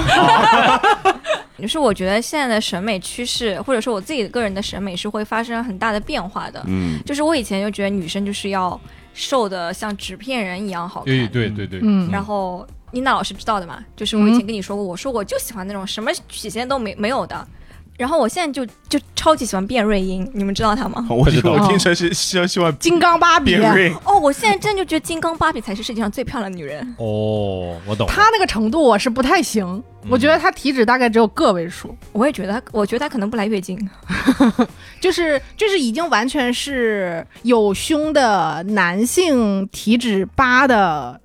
就是我觉得现在的审美趋势，或者说我自己个人的审美是会发生很大的变化的。嗯，就是我以前就觉得女生就是要瘦的像纸片人一样好看，哎对嗯对对对，嗯然后妮娜老师知道的嘛，就是我以前跟你说过，我说我就喜欢那种什么曲线都没没有的。然后我现在就就超级喜欢卞瑞英，你们知道 她吗？我知道我听成是希希望金刚芭比变，啊锐，哦，我现在真的就觉得金刚芭比才是世界上最漂亮的女人。哦，我懂了，她那个程度我是不太行，嗯我觉得她体脂大概只有个位数，我也觉得她，我觉得她可能不来月经。就是就是已经完全是有胸的男性体脂八的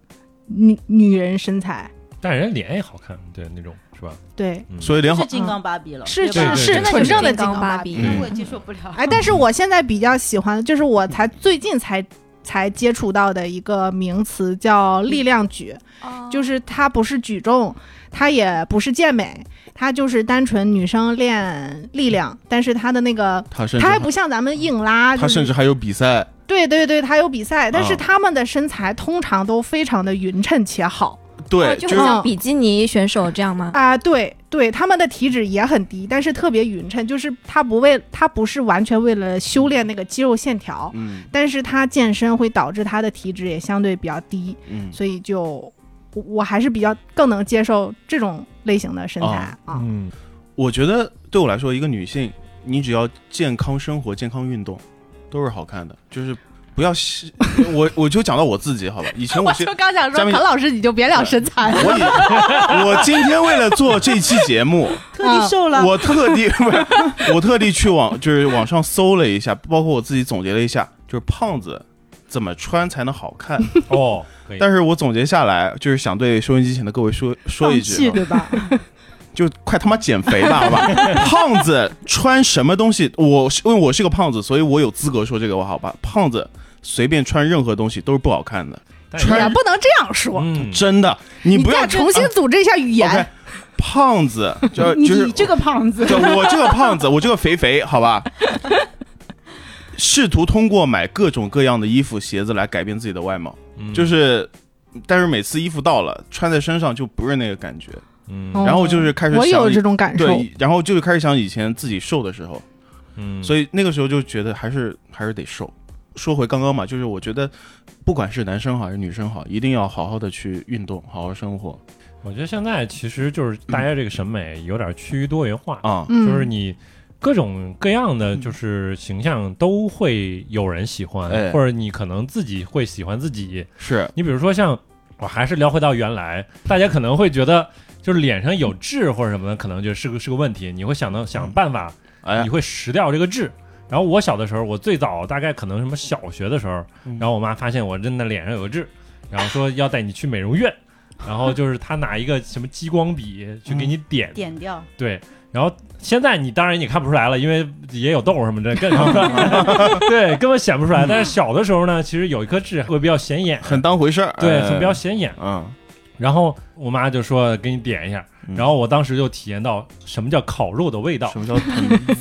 女女人身材，但人家脸也好看，对那种是吧？对，嗯所以连是好金刚芭比了，是对吧是对是对纯正的金刚芭芭比嗯我也接受不了。哎，但是我现在比较喜欢，就是我才最近才才接触到的一个名词嗯叫力量举，嗯哦就是它不是举重，它也不是健美，它就是单纯女生练力量，但是它的那个。他甚至它还不像咱们硬拉，他就甚至是还有比赛，对对对，它有比赛，但是啊他们的身材通常都非常的匀称且好对，就就很是像比基尼选手这样吗？啊、对对，他们的体脂也很低，但是特别匀称，就是他不为他不是完全为了修炼那个肌肉线条，嗯但是他健身会导致他的体脂也相对比较低，嗯，所以就我我还是比较更能接受这种类型的身材啊。嗯，我觉得对我来说，一个女性，你只要健康生活、健康运动，都是好看的，就是不要 细我我就讲到我自己好了，以前我是。刚想嘉宾老师你就别聊身材了，我以我今天为了做这期节目， 特地瘦了，我特 地不是，我特地去网就是网上搜了一下，包括我自己总结了一下，就是胖子怎么穿才能好 看。哦，可以，但是我总结下来，就是想对收音机前的各位说说一句放弃啊，对吧？就快他妈减肥吧， 好吧？胖子穿什么东西，我是因为我是个胖子，所以我有资格说这个，好吧？胖子随便穿任何东西都是不好看的，但是穿 也不能这样说，嗯，真的。你你不要再重新组织一下 语言。 OK，胖子 哦就你就是你这个胖子，就我这个胖子，我这个肥肥，好吧？试图通过买各种各样的衣服、鞋子来改变自己的外貌，嗯就是，但是每次衣服到了，穿在身上就不是那个感觉，嗯哦然后就是开始我有想以这种感受，对，然后就是开始想以前自己瘦的时候，嗯，所以那个时候就觉得还是还是得瘦。说回刚刚嘛，就是我觉得，不管是男生好还是女生好，一定要好好的去运动，好好生活我觉得现在其实就是大家这个审美有点趋于多元化，啊。嗯，就是你各种各样的就是形象都会有人喜欢，哎或者你可能自己会喜欢自己。是，你比如说像，我还是聊回到原来，大家可能会觉得就是脸上有痣或者什么的，可能就是个是个问题，你会想到想办法，哎你，会识掉这个痣。然后我小的时候，我最早大概可能什么小学的时候，嗯然后我妈发现我真的脸上有个痣，然后说要带你去美容院， 然后就是她拿一个什么激光笔去给你点点掉，对，然后现在你当然也看不出来了，因为也有痘什么的，更看不出 来，对，根本显不出来。但是小的时候呢，其实有一颗痣会比较显眼，很当回事儿，对，哎很比较显眼。嗯，然后我妈就说给你点一下，嗯然后我当时就体验到什么叫烤肉的味道什，么叫 很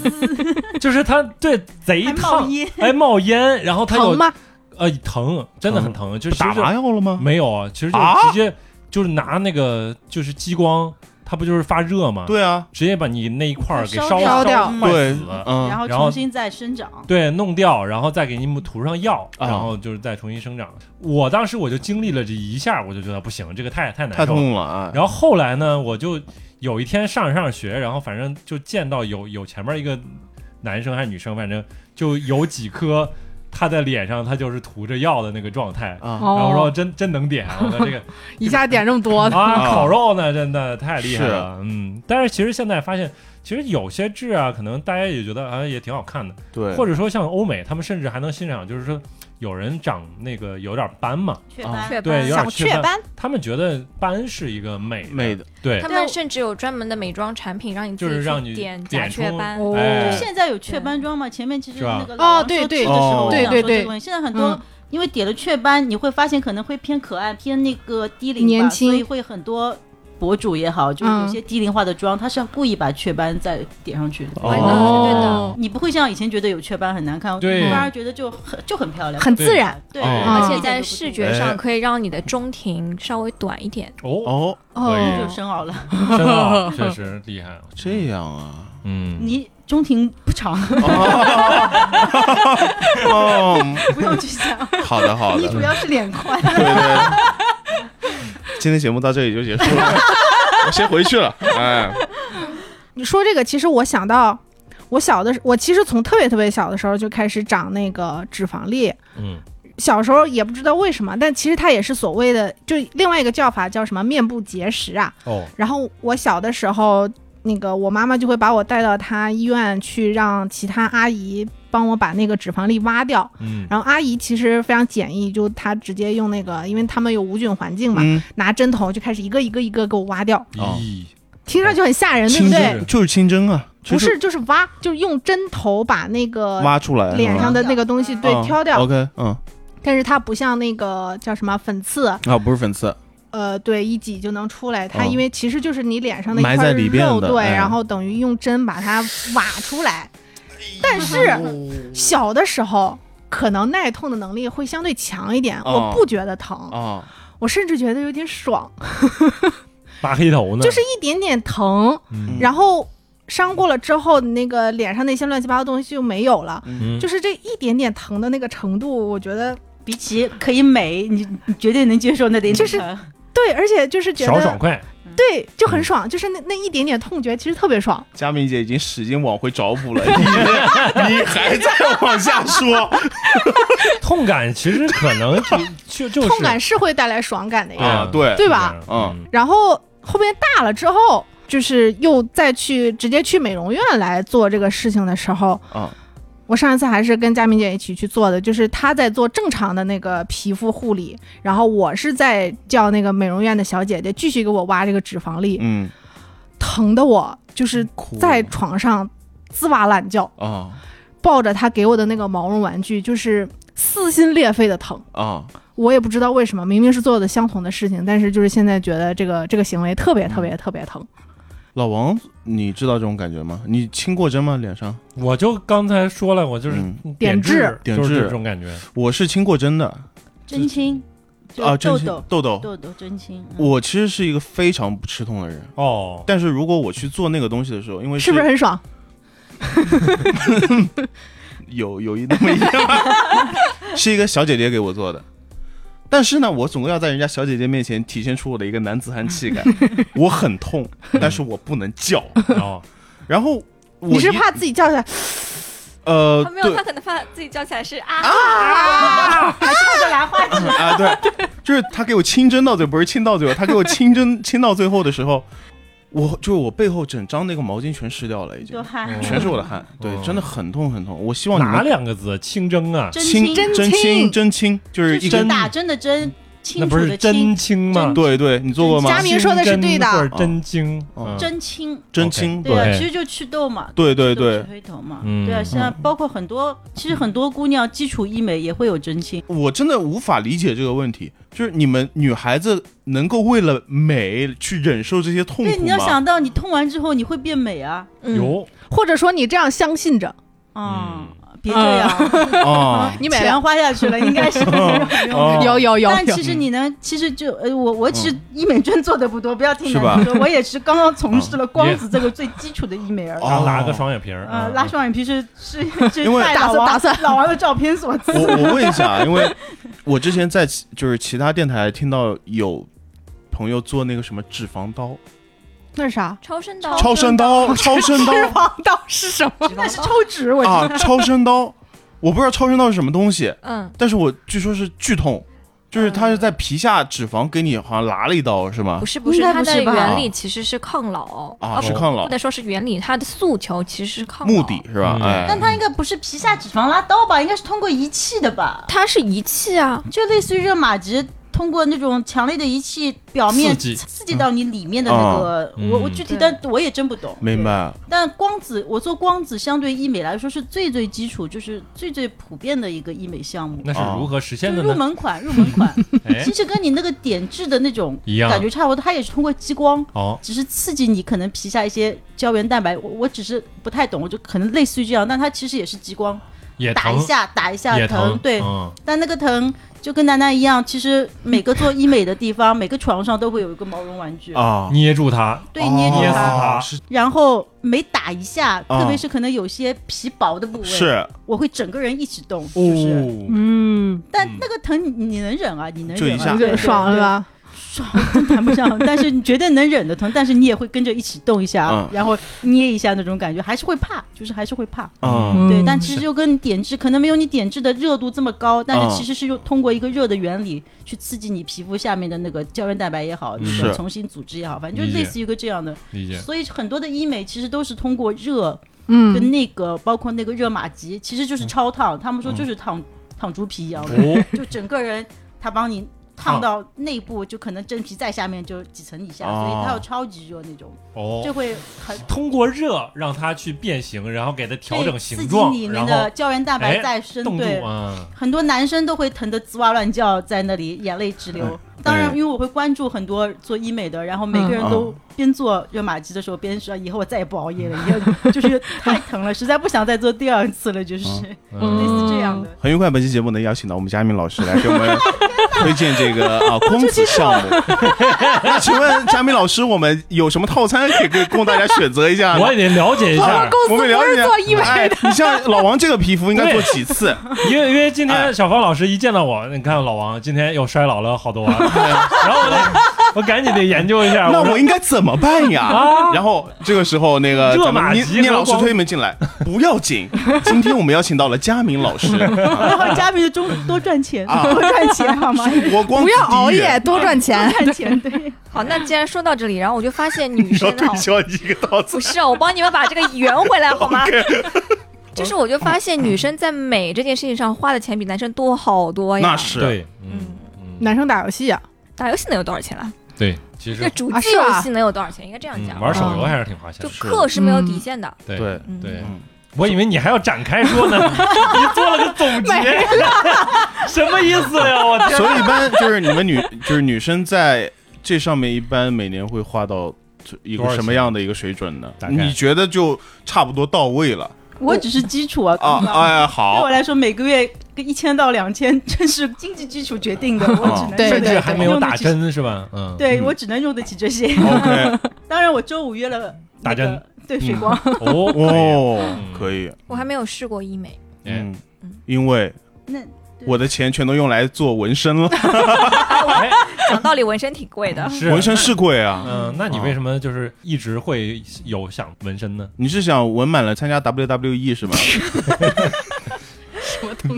就是它对贼还冒烫，烟，哎冒烟，然后它疼有吗？呃疼，真的很疼，就是打麻药了吗？没有啊，其实就啊直接就是拿那个就是激光，它不就是发热吗？，对啊，直接把你那一块儿给烧烧烧掉坏对死，了。然嗯，后重新再生长。对，弄掉，然后再给你们涂上药，啊然后就是再重新生长。我当时我就经历了这一下，我就觉得不行，这个太太难太受了。痛了啊！然后后来呢，我就有一天上着上着学，然后反正就见到有有前面一个男生还是女生，反正就有几颗他的脸上，他就是涂着药的那个状态。然啊，后说哦，真真能点，啊我说这个一下点这么哦多， 啊，烤肉呢，真的太厉害了，嗯。但是其实现在发现，其实有些痣啊，可能大家也觉得啊也挺好看的，对，或者者说像欧美，他们甚至还能欣赏，就是说有人长那个有点斑嘛，雀啊斑，雀对，有点斑。小雀斑，斑，他们觉得斑是一个美美的，对他，们甚至有专门的美妆产品让你自就己是让你去点点假雀出斑。哦哎现在有雀斑妆嘛？前面其实是吧那个老嗯王哦对说对痣的时候哦我想说对对这对个问题现在很多嗯因为点了雀斑，你会发现可能会偏可爱，偏那个低龄吧，年轻所以会很多博主也好，就是有嗯些低龄化的妆，他是要故意把雀斑再点上去的。哦对的 哦，你不会像以前觉得有雀斑很难看，对反而觉得就很就很漂亮，很自然对，哦而而且且在在视视觉觉哎上可以让你的中庭稍微短一点。哦，哦，可以就哦，深奥了。真 的啊确实厉害，这样啊，嗯，你中庭不长， 哦， 不用 去想，好的好你的，主要是脸宽。对对。今天节目到这里就结束了，我先回去了。哎， 你说这个，其实我想到我小的时，我其实从特别特别小的时候就开始长那个脂肪粒。嗯，小时候也不知道为什么，但其实它也是所谓的，就另外一个叫法叫什么面部结石啊。哦，然后我小的时候，那个我妈妈就会把我带到她医院去，让其他阿姨帮我把那个脂肪粒挖掉。嗯，然后阿姨其实非常简易，就她直接用那个，因为他们有无菌环境嘛，嗯，拿针头就开始一个一个一个给我挖掉，哦咦，听上去很吓人，对清不对？蒸就是清蒸啊，不，就是就是挖，就是用针头把那个挖出来是吧脸上的那个东西对嗯挑掉， OK，嗯，但是它不像那个叫什么粉刺，啊，不是粉刺，呃，对，一挤就能出来。它哦因为其实就是你脸上的一埋块在里边肉，的对，哎然后等于用针把它挖出来。但是小的时候可能耐痛的能力会相对强一点，哦我不觉得疼，啊，我甚至觉得有点爽，拔黑头呢，就是一点点疼，嗯，然后伤过了之后，你那个脸上那些乱七八糟的东西就没有了。嗯，就是这一点点疼的那个程度，我觉得比起可以美，你你绝对能接受那点就是疼对，而且就是觉少爽得快，对就很爽，就是那那一点点痛觉其实特别爽。佳明姐已经使劲往回找补了， 你你还在往下说，痛感其实可能就就就是痛感是会带来爽感的呀，啊对 对吧？嗯，然后后面大了之后，就是又再去直接去美容院来做这个事情的时候，啊，我上一次还是跟佳明姐一起去做的，就是她在做正常的那个皮肤护理，然后我是在叫那个美容院的小姐姐继续给我挖这个脂肪粒，嗯，疼的我就是哭在床上滋哇乱叫，啊抱着她给我的那个毛绒玩具，就是撕心裂肺的疼。啊，我也不知道为什么，明明是做的相同的事情，但是就是现在觉得这个这个行为特别特别特别疼。老王，你知道这种感觉吗？你清过针吗？脸上？我就刚才说了，我就是嗯点点就是痣这种感觉，我是清过针的真青，就哦啊，痘真清痘痘痘。痘痘真青，嗯我其实是一个非常不吃痛的人， 哦，但是如果我去做那个东西的时候，因为是不是很爽？有有一那么一点 吧是一个小姐姐给我做的。但是呢，我总归要在人家小姐姐面前体现出我的一个男子汉气 概。我很痛，但是我不能叫。哦，然后我你是一怕自己叫起来？呃他没有，对他可能怕自己叫起来是啊，后来花痴啊对，就是他给我清针到最后，不是清到最后，他给我清针清到最后的时候，我就是我背后整张那个毛巾全湿掉了，已经就汗嗯，全是我的汗。对，哦真的很痛很痛。我希望你哪们两个字？清蒸啊，真清青真真清清真清，就是一就是根打针的针，那清不楚是的清真，清吗？对对，你做过吗佳？明说的是对的清蒸或者真清，哦嗯真青，真 OK 清对啊，对其实就祛痘嘛，对对祛痘对祛。黑头嘛，嗯对啊，现在包括很多，其实很多姑娘基础医美也会有真青，我真的无法理解这个问题，就是你们女孩子能够为了美去忍受这些痛苦对，嗯吗？你要想到你痛完之后你会变美啊，嗯，有 或者说你这样相信着，嗯，嗯别这样， 啊，你每钱花下去了，应该是哦 有有有但其实你能，其实就呃，我我其实医美针做的不多，不要嗯听是吧嗯男说，我也是刚刚从事了光子这个最基础的医美而已。哦然后拉个双眼皮儿，呃，嗯拉双眼皮是 是是因为拜老王打算打老王的照片所赐我，我问一下啊，因为我之前在其就是其他电台听到有朋友做那个什么脂肪刀、那是 啥？超声刀，超声刀、超声刀脂肪刀是什么？脂肪那是刀抽脂，我知道。啊，超声刀，我不知道超声刀是什么东西，嗯，但是我据说是剧痛，就是它是在皮下脂肪给你好像拉了一刀，是吗不？是不是，应该它不的是吧原理其实是抗老哦啊，是不抗或老者说是原理，它的诉求其实是抗老目的。是吧？嗯哎但，它应该不是皮下脂肪拉刀吧？应该是通过仪器的吧？嗯它是仪器啊，就类似于热玛吉通过那种强烈的仪器表面刺激刺激到你里面的那个，嗯我我嗯具体的我也真不懂。明白了。但光子，我做光子相对医美来说是最最基础，就是最最普遍的一个医美项目，那是如何实就现是的入呢？门款，入门款。 哎其，实跟你那个点痣的那种一样感觉差不多，它也是通过激光，哦，只是刺激你可能皮下一些胶原蛋白。我我只是不太懂，我就可能类似于这样，但它其实也是激光，也打一疼，下打一下也对。嗯但那个疼就跟楠楠一样，其实每个做医美的地方，每个床上都会有一个毛绒玩哦具，啊，捏住它，对，捏住捏死它。它，然后每打一下，啊哦特别是可能有些皮薄的部位，是我会整个人一起动，就是。哦，嗯，但那个疼你你能忍啊，你能就忍一啊下，对爽了？吧？爽真谈不上，但是你绝对能忍的疼，但是你也会跟着一起动一下，嗯然后捏一下那种感觉，还是会怕，就是还是会怕。嗯，对，嗯但其实就跟点痣可能没有你点痣的热度这么高，但嗯是其实是用通过一个热的原理去刺激你皮肤下面的那个胶原蛋白也好，那是个重新组织也好，反正就理解类似于一个这样的。理解。所以很多的医美其实都是通过热跟嗯，那个包括那个热玛吉，其实就是超烫，他们说就是烫烫猪皮一样的，哦， 就整个人他帮你烫到内部，就可能真皮在下面就几层以下，哦所以它要超级热那种，就哦，会很通过热让它去变形，然后给它调整对形刺激状里，面然的后胶原蛋白哎再生，冻住对，啊，很多男生都会疼得吱哇乱叫，在那里眼泪直哎流。当然，因为我会关注很多做医美的，然后每个人嗯都边做热玛吉的时候边说：“以后我再也不熬夜了，以 后就是太疼了，实在不想再做第二次了。”就是嗯 类嗯，似 这样的。很愉快。本期节目能邀请到我们佳明老师来给我们 推荐这个啊光子项目。那请问佳明老师，我们有什么套餐可以给供大家选择一下嗯呢？我也得了解一 下，我们了解做医美哎你像老王这个皮肤应该做几次？因为因为今天小芳老师一见到我，你看老王今天又衰老了好多 啊，然后我得我赶紧得研究一下，那说我应该怎么办呀哎啊？然后这个时候，那个热咱们玛聂吉聂和老师光推门进来，不要紧。今天我们邀请到了佳明老师，然后嘉宾就中多赚钱，啊多赚钱好 吗？我光不子要第一熬夜，人，嗯多赚钱。赚钱对，好，那既然说到这里，然后我就发现 女你要生推啊，销一个套餐不是啊，我帮你们把这个圆回来好 吗 就是我就发现女生在美这件事情上花的钱比男生多好多呀。那是对，嗯嗯，男生打游戏啊，打游戏能有多少钱了？对，其实那主啊机是吧游戏能有多少钱？应该这样嗯讲，玩手啊游还是挺花钱就的，氪是嗯没有底线的。对对，嗯对嗯，我以为你还要展开说 呢，你做了个总结， 什么意思呀？我天，所以一般就是你们女， 就是女生在这上面一般每年会花到一个什么样的一个水准呢大？概你觉得就差不多到位了我只是基础啊，啊懂？吗哎呀，对好我，来说，每个月个一千到两千， 这是经济基础决定的，我只能对甚用得至起还没有打，针是吧？嗯，哦对嗯我只能用得起这些。 ，OK， 当然，我周五约了打那个针，对水光，哦哦，哦嗯，可以，我还没有试过医美，哎嗯，因为那对我的钱全都用来做纹身了，哎。讲道理纹身挺贵的 是啊纹身是贵啊。嗯，那你为什么就是一直会有想纹身呢？你是想纹满了参加 WWE 是吗？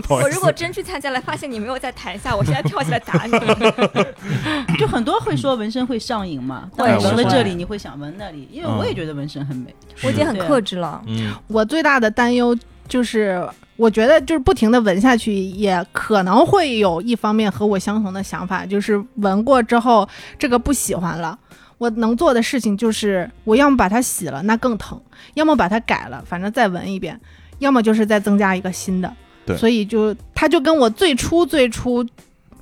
我如果真去参加了，发现你没有在台下，我现在跳起来打你。就很多会说纹身会上瘾嗯嘛，会当哎你纹了会这里，你会想纹那里，因为嗯我也觉得纹身很美。我已经很克制了。嗯，我最大的担忧就是，我觉得就是不停的纹下去，也可能会有一方面和我相同的想法，就是纹过之后这个不喜欢了。我能做的事情就是，我要么把它洗了，那更疼；要么把它改了，反正再纹一遍；要么就是再增加一个新的。对所以就它就跟我最初最初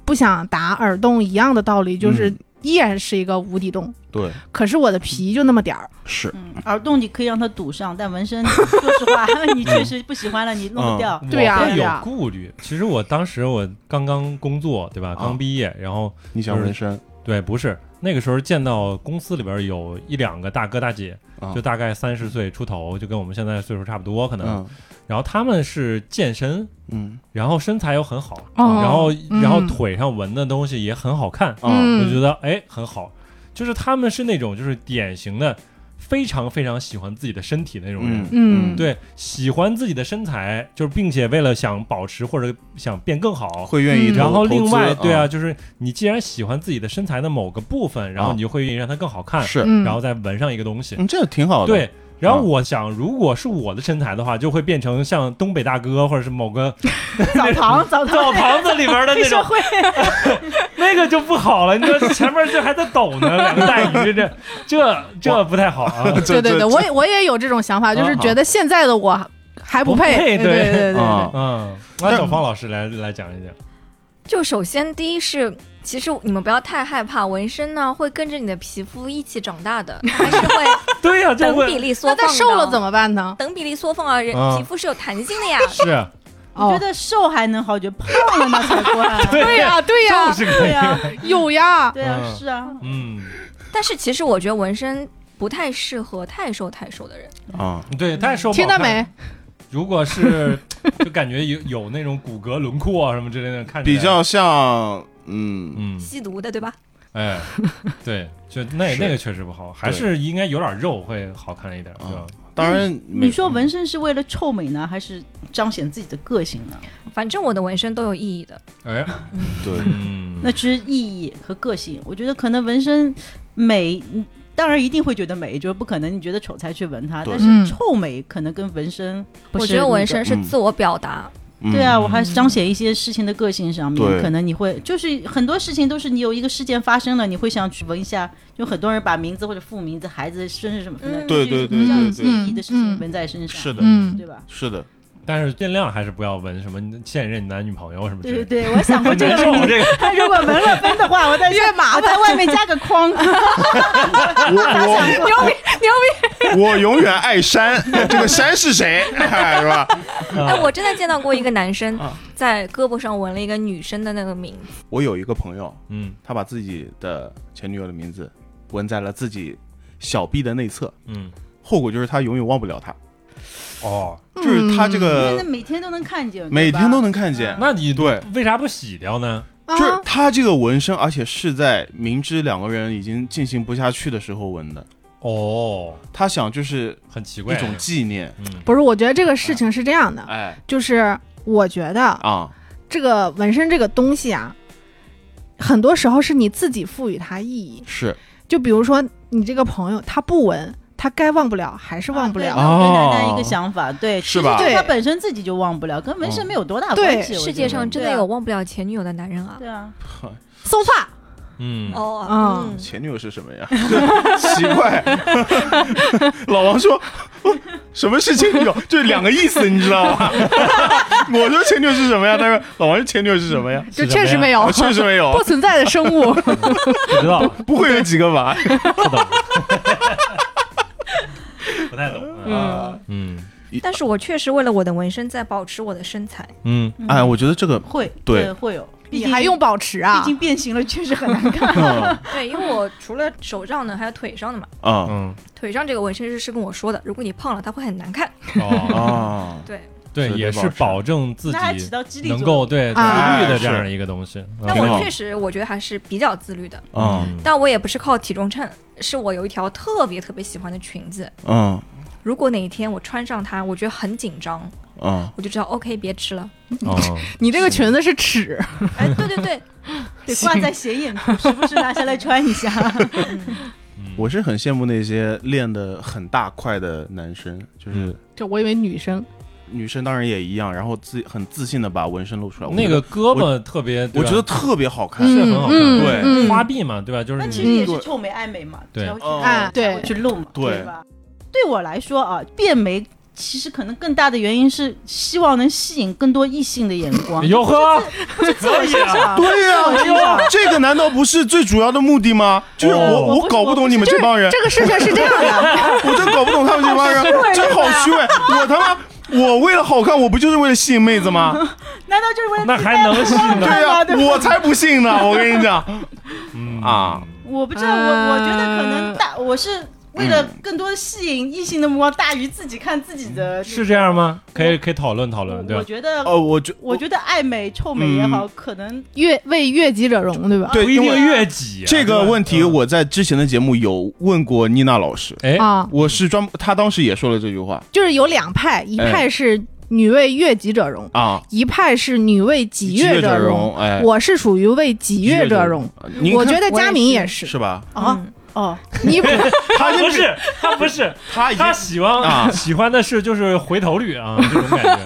不想打耳洞一样的道理，就是嗯依然是一个无底洞，对，可是我的皮就那么点儿。是嗯，耳洞你可以让它堵上，但纹身， 说实话，你确实不喜欢了，你弄不掉。对呀我会对啊有呀顾虑。其实我当时我刚刚工作，对吧？刚毕业，然后你想就是纹身对，不是那个时候见到公司里边有一两个大哥大姐啊，就大概三十岁出头，就跟我们现在岁数差不多，可能。嗯然后他们是健身，嗯然后身材又很好，哦然后嗯然后腿上纹的东西也很好看，嗯我就觉得哎很好。就是他们是那种就是典型的非常非常喜欢自己的身体的那种人，嗯嗯对，喜欢自己的身材，就是并且为了想保持或者想变更好。会愿意嗯投资。然后另外，对啊，嗯，就是你既然喜欢自己的身材的某个部分，然后啊你就会愿意让它更好看，是，嗯，然后再纹上一个东西。嗯，这挺好的。 对，然后啊我想，如果是我的身材的话，就会变成像东北大 哥或者是某个澡堂，澡堂 澡堂子里边的黑那社种会，这个就不好了。你说前面这还在抖呢，两个大 鱼，这这这不太好啊。 对对对，我也我也有这种想法，就是觉得现在的我还嗯不不配配。对对对对对啊嗯，那小芳老师来来讲一讲。就首先第一是，其实你们不要太害怕，纹身呢会跟着你的皮肤一起长大的，它还是会对呀，这等比会例缩那放的。他瘦了怎么办呢？等比例缩放啊？人啊皮肤是有弹性的呀。是啊我觉哦，得瘦还能好，我觉得胖了那才 怪。对呀、 对呀、就是可对以。 呀，有呀。对呀，嗯是啊，嗯，但是其实我觉得纹身不太适合太瘦太瘦的人。啊，对，太瘦。听到没？？如果是，就感觉有有那种骨骼轮廓啊什么之类的，看起来比较像嗯，嗯，吸毒的，对吧？哎， 对，就那是那个确实不好，还是应该有点肉会好看一点，对吧啊？当然没你说纹身是为了臭美呢，还是彰显自己的个性呢？反正我的纹身都有意义的。哎，对 嗯，那只是意义和个性。我觉得可能纹身美，嗯当然一定会觉得美，就是不可能你觉得丑才去纹它。对但嗯是臭美可能跟纹身不我是觉那个，得纹身是嗯自我表达，嗯对啊，我还是彰显一些事情的个性上对面，可能你会就是很多事情都是你有一个事件发生了，你会想去纹一下。就很多人把名字或者父名字、孩子、生日什么的，嗯就是对对比较有对对意义的事情嗯纹在身上，是的，嗯，对吧？是的，但是尽量还是不要纹什么现任男女朋友什么之对类对的，对，我想过很这个 难受问题。这个。他如果纹 了分的话，我在 越麻我啊在烦。外面加 个框，呃我我我永远爱山，这个山是谁？ 哎是吧？哎，我真的见到过一个男生啊 在胳膊上纹了一个女生的那个名字，我有一个朋友，嗯他把自己的前女友的名字纹在了自己小臂的内侧，嗯，后果就是他永远忘不了她，哦，就是他这因为个每天都能看见，对吧每天都能看见。那你对，为啥不洗掉呢？就是啊，他这个纹身，而且是在明知两个人已经进行不下去的时候纹的。哦，他想就是很奇一怪，种纪念，嗯不是，我觉得这个事情是这样的，哎就是我觉得啊，这个纹身这个东西啊，很多时候是你自己赋予它意义。是就比如说你这个朋友，他不纹，他该忘不了还是忘不了。啊我跟楠楠一个想法，对，是吧嗯其实对他本身自己就忘不了，跟纹身没有多大对关系。我觉得世界上真的对啊有忘不了前女友的男人啊！对啊， so far，嗯，哦啊，嗯前女友是什么呀？ 奇怪， 老王说。哦什么是前女友？就是两个意思，你知道吗？ 我说前女友是什么呀？他说老王说前女友是什么呀？就确实没有我，确实没有 不，存在的生 物。不知 道，不会有几个吧？不懂，不太懂啊。啊，嗯 但是我确实为了我的纹身在保持我的身材。嗯，嗯哎，我觉得这个， 会，对会有，毕你竟还用保持啊毕？竟变形了，确实很难看。对，因 为我除了手上的，还有腿上的嘛。嗯啊嗯腿上这个纹身师是跟我说的，如果你胖了，它会很难看。哦， 啊，对，对，是也得是保持保证自那还起己到激励能作用。够对自啊律的这样是一个东西。但挺好我确实我觉得还是比较自律的，啊嗯但我也不是靠体重秤，是我有一条特别特别喜欢的裙子。嗯如果哪一天我穿上它，我觉得很紧张，嗯，我就知道 OK 别吃了。 哦，你这个裙子是尺，哎，对对 对，得挂在显眼处，时不时拿下来穿一下。嗯我是很羡慕那些练的很大块的男生，就是嗯就我以为女生女生当然也一样，然后自很自信的把纹身露出来。我那觉个得胳膊特别，对我吧觉得特别好看，是很好看嗯对嗯花臂嘛，对吧？就是那其实你也是臭美爱美嘛，对才会去哦啊，对，去露嘛，对对吧？对我来说啊，变美其实可能更大的原因是希望能吸引更多异性的眼光。哟呵，自我欣赏，对 呀、自我欣赏。这个难道不是最主要的目的吗？就是我、哦我搞不懂你们这帮人， 这个事情是这样的，我真搞不懂他们这帮人，真好虚伪！我他妈，我为了好看，我不就是为了吸引妹 子吗？ 难道就是为了那自还拍能吗信对呢？呀、我才不 信呢！我跟你讲，嗯啊，我不知道，我我觉得可能呃大，我是为了更多吸引异性的目光，大于自己看自己的。是这样吗？可以可以讨论讨论，我对啊我吧？觉得，哦，我觉我觉得爱美、臭美也好，可能越为越己者容，对吧？对，不一因定为越挤啊这个问题，。对吧我在之前的节目有问过妮娜老师， 哎，啊，我是专，她当时也说了这句话就是有两派，一派是女为悦己者容，啊，一派是女为己悦者容。，哎，我是属于为己悦者容，，您我看觉得佳明也是 是。吧？啊嗯哦， 你他不是他不是他已经他喜欢啊 喜欢的是就是回头率啊，这种感觉。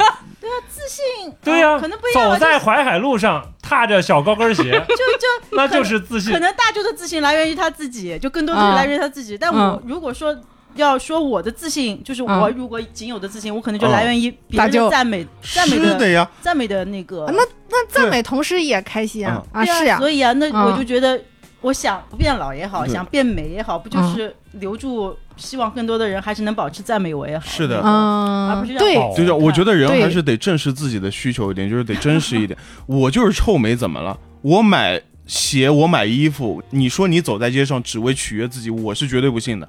自信，对呀、哦可能不一样吧走在淮海路上，踏着小高跟鞋，就就 那就是自可信。能大舅的自信来源于他自己，就更多的是嗯来源于他自己。但我如果说要说我的自信，就是我嗯如果仅有的自信，我可能就嗯来源于别大人舅的赞美、赞美是的、的呀，赞美的那个。啊那那赞美同时也开心啊啊对是呀，所以啊，那嗯我就觉得，我想不变老也好，对想变美也好，不嗯就是留住，希望更多的人还是能保持赞美我也好。是的而嗯不是，让对，哦就是我觉得人对还是得正视自己的需求一点，就是得真实一点。我就是臭美，怎么了？我买鞋，我买衣服，你说你走在街上只为取悦自己，我是绝对不信的。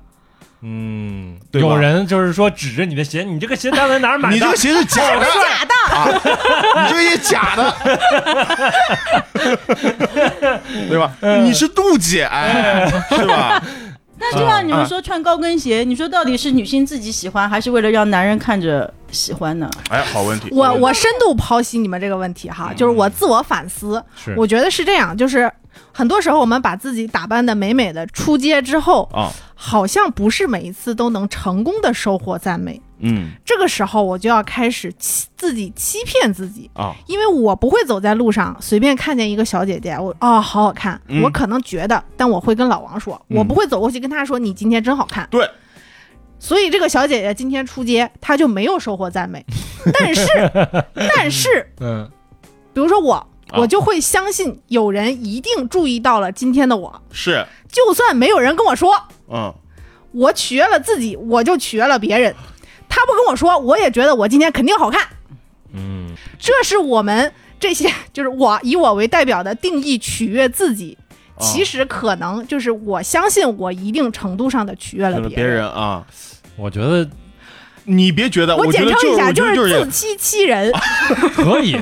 嗯，对吧有人就是说指着你的鞋，你这个鞋到底哪儿买的？你这个鞋是假的，啊假 的，你这个也假的，对吧？你是妒忌，哎，是吧？但就像你们说穿高跟鞋，你说到底是女性自己喜欢，还是为了让男人看着喜欢呢？哎，好问题。我我深度剖析你们这个问题哈，就是我自我反思，是我觉得是这样，就是很多时候我们把自己打扮的美美的出街之后，啊，好像不是每一次都能成功的收获赞美。嗯这个时候我就要开始欺自己欺骗自己，啊，因为我不会走在路上随便看见一个小姐姐，我哦好好看，嗯我可能觉得，但我会跟老王说，嗯我不会走过去跟她说你今天真好看。对。所以这个小姐姐今天出街，她就没有收获赞美， 但是，但是，嗯比如说我，啊我就会相信有人一定注意到了今天的我，是，就算没有人跟我说，嗯，我取悦了自己，我就取悦了别人。他不跟我说，我也觉得我今天肯定好看。嗯，这是我们这些， 就是我以我为代表的定义取悦自己。其实实可能就是我相信我一定程度上的取悦了别人。人啊，我觉得你别觉得，我觉简得称就一我下，觉得就是是这个自欺欺 人。可 以，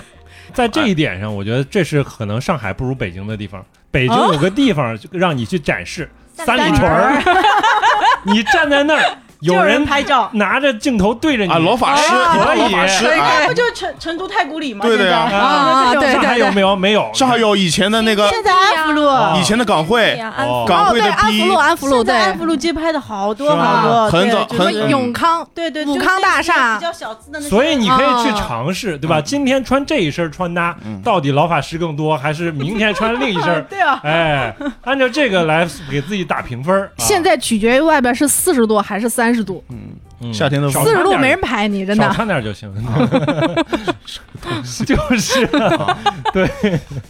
在这一点上，我觉得这是可能上海不如北京的地哦方。北京有个地方就让你去展示三里屯儿， 你站在那儿，有就人拍照，拿着镜头对着你。啊，老法师，啊你当老可以法 师对啊。哎不就是成成都太古里吗？对的呀现在啊那这种对上海有没有？没有。上海有以前的那个现在安福路，啊以前的港对汇，呀，安哦，港哦，汇对，的安第福一路，，安福路，现对在，安福路街拍的好多是吗好多，很对早就是很什么永啊康，对对，武就是康大那些厦比较小资的那些，？所以你可以去啊尝试，对吧？今天穿这一身穿搭嗯，到底老法师更多，还是明天穿另一身 对啊，哎，按照这个来给自己打评分儿。啊 现在取决于外边是四十度还是三十度，嗯，嗯夏天的少四十穿度点没人排你，真少的。穿点就行， 就是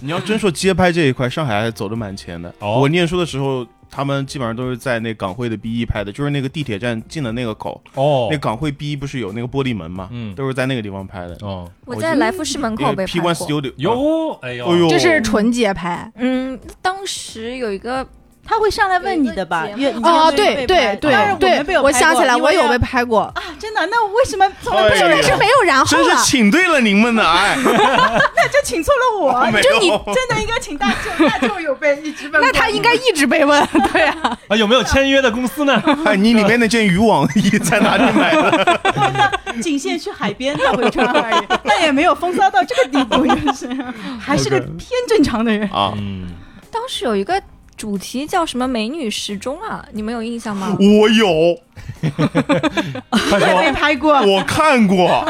你要真说街拍这一块，上海还走的蛮前的。哦我念书的时候，他们基本上都是在那港汇的 B 一拍的，就是那个地铁站进的那个口，哦那港汇 B 一不是有那个玻璃门嘛，嗯都是在那个地方拍的。哦我在来福士门口被 P 拍 One 过。 Studio 啊，哟，哎哎呦，呦，这是纯街拍嗯，当时有一个他会上来问你的吧？有一个越节目哦，你越对被拍对对但是我没被对，有我拍想起过来，因我为有要被拍过，啊，真的？那我为什么从来哎不呀是？但是没有然后真了是。请对了您们的哎，那就请错了我，没就你有真的应该请大舅，大舅有被一直问过，那他应该一直被问，对啊，啊，有没有签约的公 司呢？ 哎，你里面那件渔网衣在哪里买的？仅限去海边他会穿而 已，但也没有风骚到这个地步，就是还是个 OK 偏正常的人。啊， 嗯，当时有一个主题叫什么“美女时钟”啊，你们有印象吗？我有，快也被说，拍过，我看过，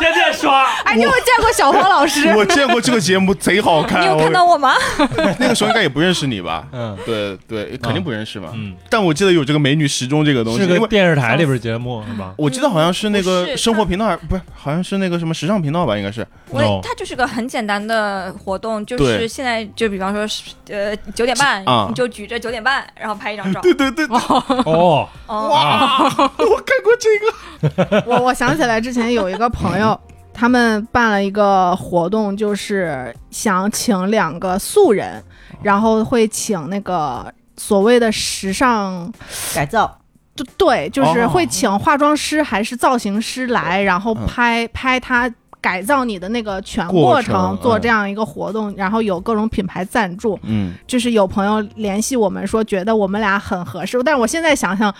天天刷，哎，你有没有见过小黄老师？ 我见过这个节目，贼好看。你有看到 我吗？我那个时候应该也不认识你吧？嗯对对，肯定不认识嘛。嗯，但我记得有这个美女时钟这个东西，是因个为电视台里边节目是吧？我记得好像是那不个是生活频道，还不是，好像是那个什么时尚频道吧，应该是。我 No 它就是个很简单的活动，就对是现在就比方说是，呃，九点半啊，你就举着九点半，然后拍一张 照。对对对，对哦，哦，啊，我看过这个。我我想起来之前有一个朋友，他们办了一个活动，就是想请两个素人，然后会请那个所谓的时尚，改造就对，就是哦会请化妆师还是造型师来，然后嗯拍拍他。改造你的那个全过过程程，做嗯这样一个活动，然后有各种品牌赞助，嗯，就是有朋友联系我们说，觉得我们俩很合适，但是我现在想想，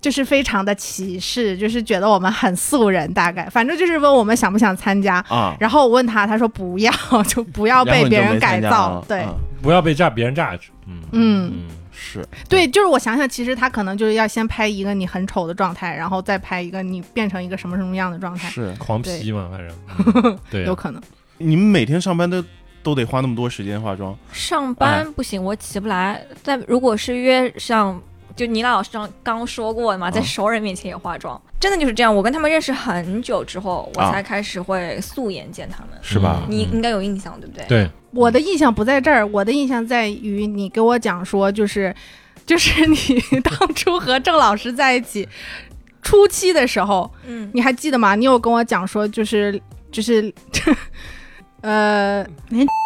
就是非常的歧视，就是觉得我们很素人，大概反正就是问我们想不想参加。啊，然后我问他，他说不要，就不要然后被你别就人没改参加造了。对，啊不要被炸别人炸着，嗯嗯，嗯，是对，就是我想想，其实他可能就是要先拍一个你很丑的状态，然后再拍一个你变成一个什么什么样的状态，是，狂 P 嘛，反正嗯对有啊，可能。你们每天上班都都得花那么多时间化妆，上哎班不行，我起不来。但如果是约上，就倪娜老师刚刚说过嘛，在嗯熟人面前也化妆，真的就是这样。我跟他们认识很久之后，我啊才开始会素颜见他们。是吧？你嗯应该有印象，对不对？对，我的印象不在这儿，我的印象在于你给我讲说，就是就是 你当初和郑老师在一起初期的时候，嗯，你还记得吗？你有跟我讲说，就是就是。呃，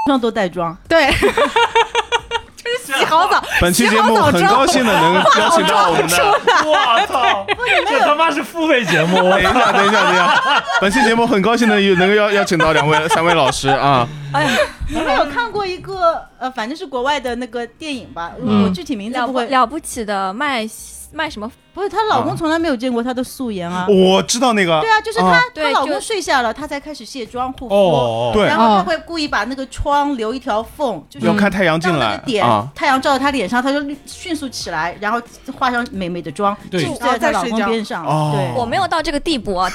上都带妆，对，就是洗好澡，本期节目很高兴的能邀请到我们的，我 操，这他妈是付费节目，我等一下，等一下，等一下，本期节目很高兴的能够邀邀请到两位、三位老师啊，你们有看过一个呃，反正是国外的那个电影吧？嗯我具体名字了不不会，了不起的卖卖什么？哦不是她老公从来没有见过她的素颜啊。我知道那个对，啊，就是啊她，她对老公就睡下了，她才开始卸妆护肤。哦，对然后他会故意把那个窗留一条缝，就是要看太阳进到那来个点，啊，太阳照到他脸上，他就迅速起来，然后化上美美的妆，对就在她老公边上。哦啊对，我没有到这个地步，啊，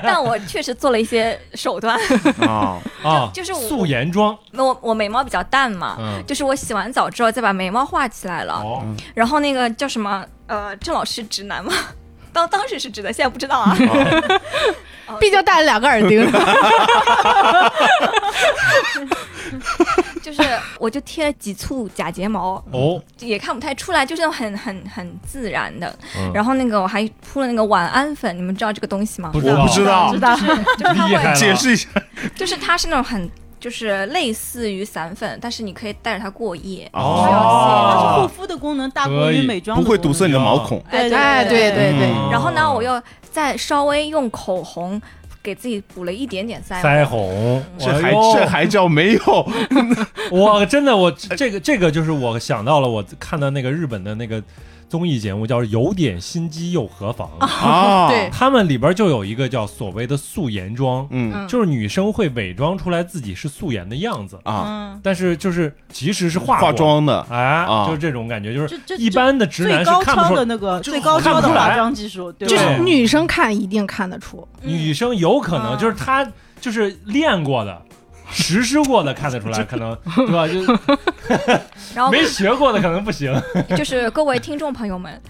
但我确实做了一些手段，啊，啊，就是我啊素颜妆，我我眉毛比较淡嘛。嗯，就是我洗完澡之后再把眉毛画起来了，哦，然后那个叫什么呃，郑老师直男吗？ 当当时是直男，现在不知道啊。 哦毕竟戴了两个耳钉。就是我就贴了几簇假睫毛，嗯哦，也看不太出来，就是那种很很很自然的。嗯然后那个我还铺了那个晚安粉，你们知道这个东西吗？不知我道不知道知，道 就是它厉害会，了，解释一下就是它是那种很就是类似于散粉，但是你可以带着它过夜。哦它是护哦，肤的功能大过可以于美妆的不功能，会堵塞你的毛孔，哎对哎，对对对，嗯然后呢，我又再稍微用口红给自己补了一点点腮腮红。红，这还哎呦这还叫没有？ 我真的我这个这个就是我想到了，我看到那个日本的那个综艺节目叫《有点心机又何妨》，啊，对他们里边就有一个叫所谓的素颜妆，嗯嗯就是女生会伪装出来自己是素颜的样子，啊，嗯，但是就是其实是化过化妆的的，哎啊，就是这种感觉，就是这这一般的直最男是高看不超的出。那个就最高看超不的出来化妆技术，对吧？就是对女生看一定看得出，女生有可能嗯就是她就是练过的。实施过的看得出来，可能对吧？ 就然后没学过的可能不行。就是各位听众朋友们，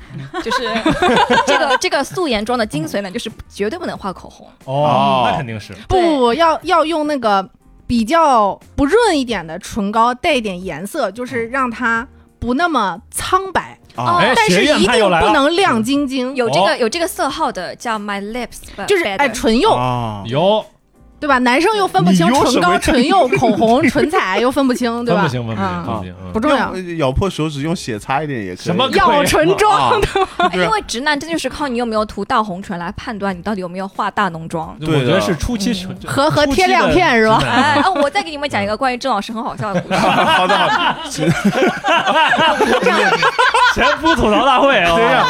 就是 这个这个素颜妆的精髓呢，就是绝对不能画口红。哦哦，那肯定是不对不不要要用那个比较不润一点的唇膏，带一点颜色，就是让它不那么苍白，啊哦，哎但学是院一派定又来了不能亮晶晶，有这哦个有这个色号的叫 My Lips，But 就是 Better 哎唇釉，啊，有对吧？男生又分不清你有什么唇膏、唇釉、口红、唇彩又分不清，对分吧？不清，分不清，啊分不清。嗯不重要，咬破手指用血擦一点也可以。什么鬼要唇妆 啊的。哎因为直男真的就是靠你有没有涂大红唇来判断你到底有没有化大浓妆。 我对觉得的是初期是嗯和和初期贴亮的片是吧直男哎，啊，我再给你们讲一个关于郑老师很好笑的故事。好的，好的，前夫吐槽大会 啊！ 对呀，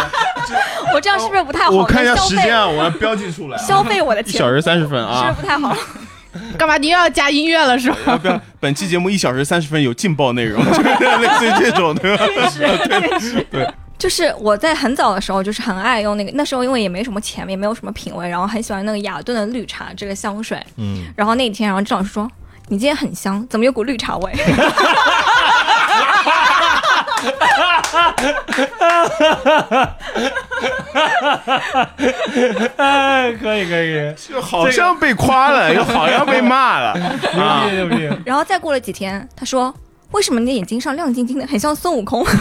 我这样是不是不太好？我看一下消时费间啊，我要标记出来啊，消费我的一钱，小时三十分是不是啊。不太好？干嘛？你又要加音乐了 是吧？要不要？本期节目一小时三十分有劲爆内容， 就是类似于这种的。就是我在很早的时候，就是很爱用那个，那时候因为也没什么钱，也没有什么品味，然后很喜欢那个雅顿的绿茶这个香水。嗯，然后那天，然后郑老师说：“你今天很香，怎么有股绿茶味 哎，可以可以，就好像被夸了，又好像被骂了啊！牛逼牛逼！”然后再过了几天，他说：“为什么你的眼睛上亮晶晶的，很像孙悟空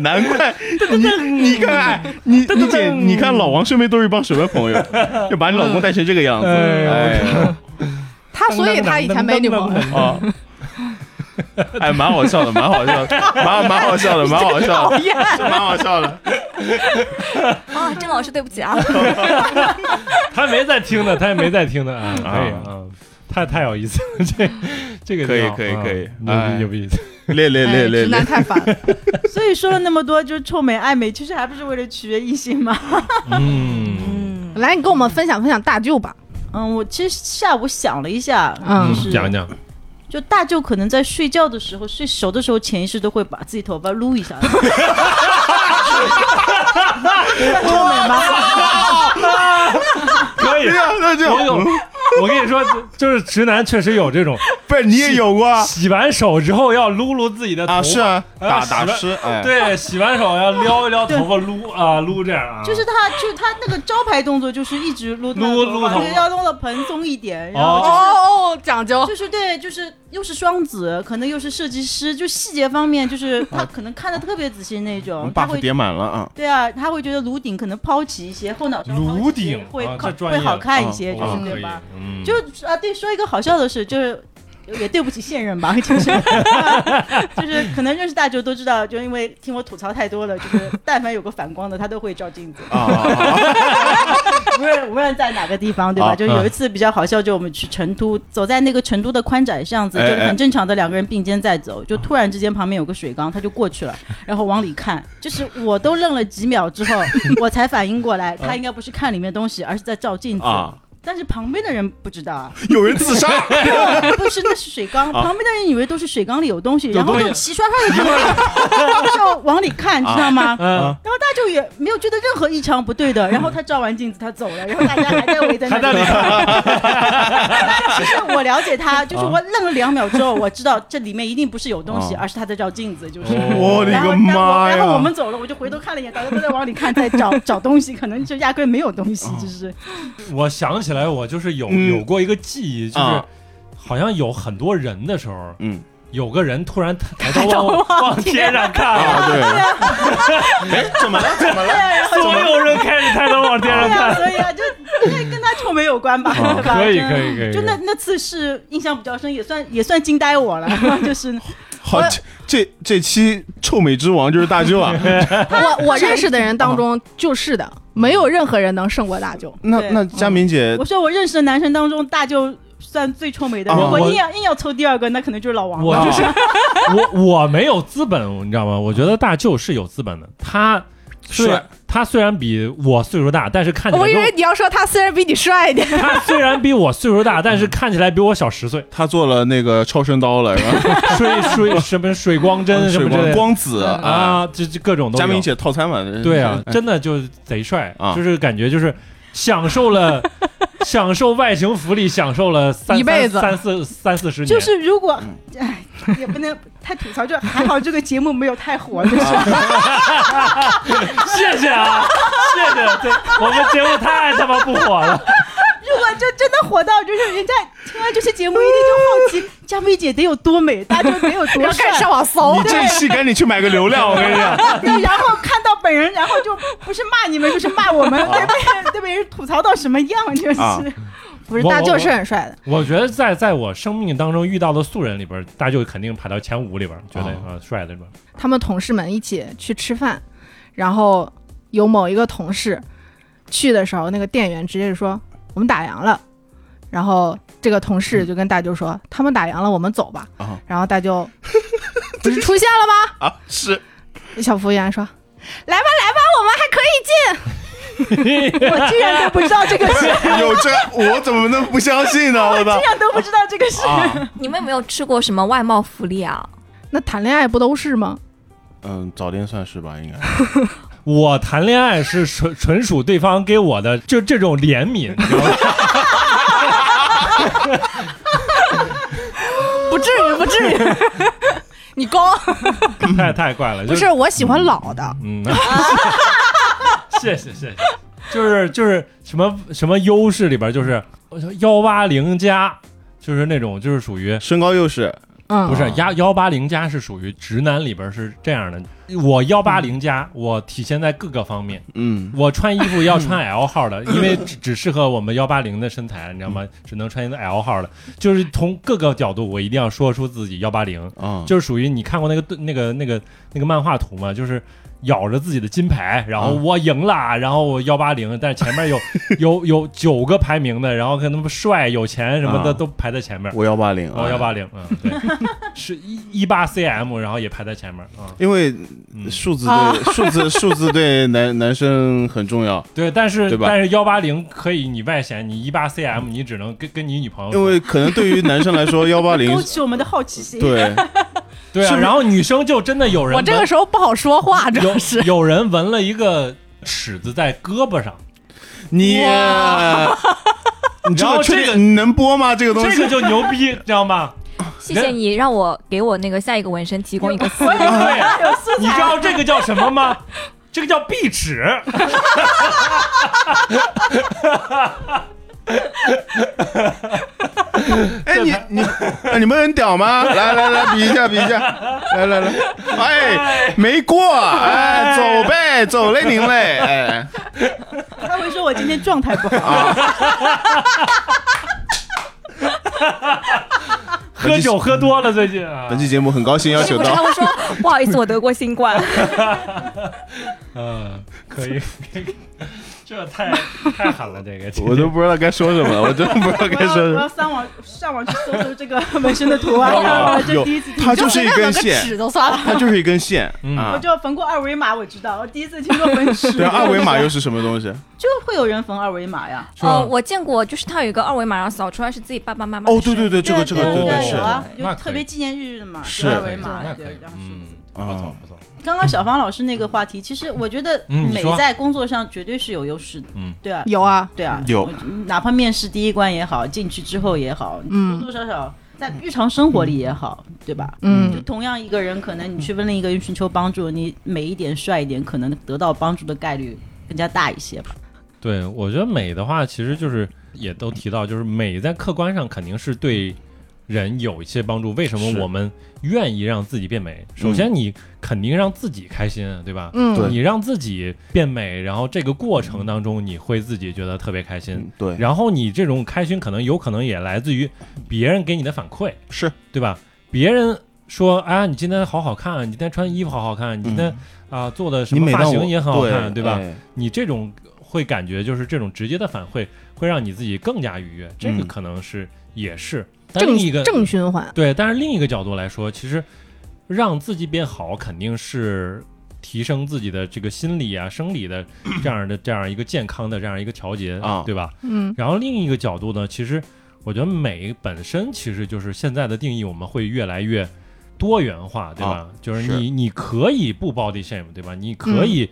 难怪你，你看看你你姐，你看老王身边都是一帮什么朋友，就把你老公带成这个样子，哎哎他所以他以前没女朋友，啊，哎，蛮好笑的，蛮好笑的，蛮蛮好笑的，蛮好笑的，蛮好笑的。？”啊，郑老师，对不起啊。 他没在听呢，他也没在听呢啊！可以啊啊，太太有意思，了，这这个可以挺好可以啊可以哎牛逼牛逼！累累累哎累直男累，太烦了。 所以说了那么多，就是臭美爱美，其实还不是为了取悦异性嘛。嗯，嗯，来，你跟我们分享分享大舅吧。嗯，我其实下午想了一下，嗯就是讲讲就大舅可能在睡觉的时候，睡熟的时候，潜意识都会把自己头发撸 一下。臭美吗？可以对。哎呀，那我就嗯有，我跟你说，就是直男确实有这种，不是你也有过啊洗完手之后要撸撸自己的头发，啊？是啊，哎打洗打完湿，哎，对，洗完手要撩一撩头发，撸啊撸这样啊，就是他，就他那个招牌动作，就是一直撸他的撸头撸发头就是发要弄得蓬松一点，然哦后哦哦，讲究，就是对，就是又是双子，可能又是设计师，就细节方面，就是他可能看的特别仔细那我嗯种们，他 buff 会叠满了啊。对啊，他会觉得颅顶可能抛起一些，后脑勺抛起一些颅顶会啊靠这专会业好了看啊一些，就啊是可对以吧？，嗯，就是啊，对，说一个好笑的事，就是也对不起现任吧， 就是就是可能认识大舅都知道，就因为听我吐槽太多了，就是但凡有个反光的，他都会照 镜子，啊啊无论无论在哪个地方，对吧？啊就有一次比较好笑，就我们去成都，走在那个成都的宽窄巷子，就哎啊是哎很正常的两个人并肩在走，就突然之间旁边有个水缸，他就过去了，然后往里看，就是我都愣了几秒之 后，我才反应过来，他应该不是看里面东西，而是在照镜啊子。啊！但是旁边的人不知道啊，有人自杀， 不是，那是水缸，啊旁边的人以为都是水缸里有东西，有然东后西就齐刷刷的 就就往里看，知道吗？嗯，然后大舅也没有觉得任何异常不对 的，然后他照完镜子他走了，然后大家还在围在那还在里里。 其实我了解他，就是啊我愣了两秒之后，我知道这里面一定不是有东西，啊而是他在照镜子，就是。哦我的然后个然后妈呀！然后我们走了，我就回头看了一眼，大家都在往里看，在找找东西，可能就压根没有东西， 就是我想起来，我就是有嗯有过一个记忆，就是啊好像有很多人的时候，嗯有个人突然抬头往往天上看，啊，对，哎，怎么了？怎么了？所有人开始抬头往天上对看啊，，所以啊，就这跟他臭美有关吧，啊对吧？哦可以就可以可以，就那那次是印象比较深，也算也算惊呆我了， 就是好，这这这期臭美之王就是大舅 啊。 我我认识的人当啊中就是的，没有任何人能胜过大舅。那对那佳明姐我说我认识的男生当中大舅算最臭美的人，啊我我硬要硬要抽第二个，那可能就是老王我了。就是、我，我没有资本，你知道吗？我觉得大舅是有资本的，他虽帅他虽然比我岁数大，但是看起我来以跟为你要说他虽然比你帅一点，他虽然比我岁数大，但是看起来比我小十岁。 她做了那个超声刀了，是 吧？水水什么水光针什嗯水么之光类的光子啊， 啊，这这各种都佳明有。姐套餐嘛？对啊，哎真的就贼帅啊，就是感觉就是享受 了享受外形福利，享受了三一辈子三四三四十年， 就是如果，哎，也不能太吐槽，就还好这个节目没有太火，就是谢谢啊，谢谢，这我们节目太他妈不火 了。如果就真的火到，就是人家听完这期节目一定就好奇，佳美姐得有多美，大舅得有我多帅敢，上网搜你。这期赶紧去买个流量，我跟你 讲。对，然后看到本人，然后就不是骂你们，就是骂我们，对被人对被人吐槽到什么样，就是。 啊不是我大舅我是很帅的，我觉得在在我生命当中遇到的素人里边，大舅肯定排到前五里边，觉得哦啊帅的里边。他们同事们一起去吃饭，然后有某一个同事去的时候，那个店员直接就说我们打烊了，然后这个同事就跟大舅说他们打烊了，我们 走吧啊。然后大舅不是出现了吗？啊，是小服务员说：“来吧，来吧，我们还可以进。”我竟然都不知道这个事， 有这，我怎么能不相信呢？我操竟！然都不知道这个事。 啊，你们有没有吃过什么外贸福利啊？那谈恋爱不都是吗？嗯，早恋算是吧，应该。 我谈恋爱是纯纯属对方给我的就这种怜悯， 你知道吗不至于，不至于。你高太太怪了。就不是，我喜欢老的，嗯， 谢谢谢谢，就是就是什么什么优势里边就是呃幺八零加，就是那种就是属于身高又是嗯，不是啊幺幺八零加是属于直男里边是这样的。我幺八零加，我体现在各个方面。嗯，我穿衣服要穿 L 号的，因为只只适合我们幺八零的身材，你知道吗？只能穿一个 L 号的，就是从各个角度，我一定要说出自己幺八零，啊，就是属于你看过那个对那个那个那个漫画图吗？就是咬着自己的金牌，然后嗯我赢了，然后我幺八零，但是前 面有有有九个排名的，然后跟他们帅、有钱什么的啊都排在前面，哦我哎哦幺八零， 我幺八零，嗯，对，是一一八 cm，然后也排在前面啊。因为嗯数字啊对数字数字对男男生很重 要，对，但是对吧嗯但是幺八零可以你外显，你一八 cm 你只能跟跟你女朋友说，因为可能对于男生来 说，幺八零 勾起我们的好奇心。对 对啊，是不是然后女生就真的有人我这个纹时候不好说话，主要是有有人纹了一个尺子在胳膊上，你， 你这然后个确这个定你能播吗？这个东这西个就牛逼，知道吗？谢谢你让我给我那个下一个纹身提供一个思路。 对，你知道这个叫什么吗？ 这个叫壁纸。哎，你你哎你们很 屌吗？来来来，比一下比一下，来来来，哎，没过，哎，走呗，走嘞您嘞，哎他会说我今天状态不好，啊，喝酒喝多了最近啊，本期节目很高兴邀是请不是他到会说不好意思，我得过新冠。 嗯，可以，这太太狠了， 这个我都不知道该说什么了，我真的不知道 我该要说我什么要。上网上网去搜搜这个 纹身的图案，啊有然后这哦有第一次听它说就就是一那根么个线，尺就算了。它就是一根线嗯我啊。就缝过二维码，我知道，我第一次听说纹 尺。对，啊二维码又是什么东西？就会有人缝二维码呀，是吧呃，我见过，就是他有一个二维码，然后扫出来是自己爸爸妈妈。哦，对对。对，这个这个对对对对对是有啊，那就可以特别纪念日的嘛，是有二可以维码那，可以对，然后是嗯，不啊错不错，刚刚小芳老师那个话题，其实我觉得嗯你美说在工作上绝对是有优势的，嗯，对啊，有啊，对啊，有我，哪怕面试第一关也好，进去之后也好，嗯多多少少在日常生活里也好，对吧？就嗯，同样一个人，可能你去问另一个人寻求帮助，你美一点、帅一点，可能得到帮助的概率更加大一些吧。对，我觉得美的话，其实就是也都提到，就是美在客观上肯定是对人有一些帮助。为什是么我们愿意让自己变美？首先，你肯定让自己开心，啊对吧？嗯对你让自己变美，然后这个过程当中，你会自己觉得特别开心。嗯对，然后你这种开心，可能有可能也来自于别人给你的反馈，是对吧？别人说啊，你今天好好看，你今天穿衣服好好看，你今天嗯啊、做的什你么每发到我型也很好看，对对吧？哎你这种会感觉就是这种直接的反馈，会让你自己更加愉悦。这个嗯可能是、也是，但正另一个嗯正循环，对，但是另一个角度来说，其实让自己变好肯定是提升自己的这个心理啊、生理的这样的这样一个健康的这样一个调节啊对吧？嗯然后另一个角度呢，其实我觉得美本身其实就是现在的定义，我们会越来越多元化，对吧？啊就是是你你可以不 body shame，对吧？你可以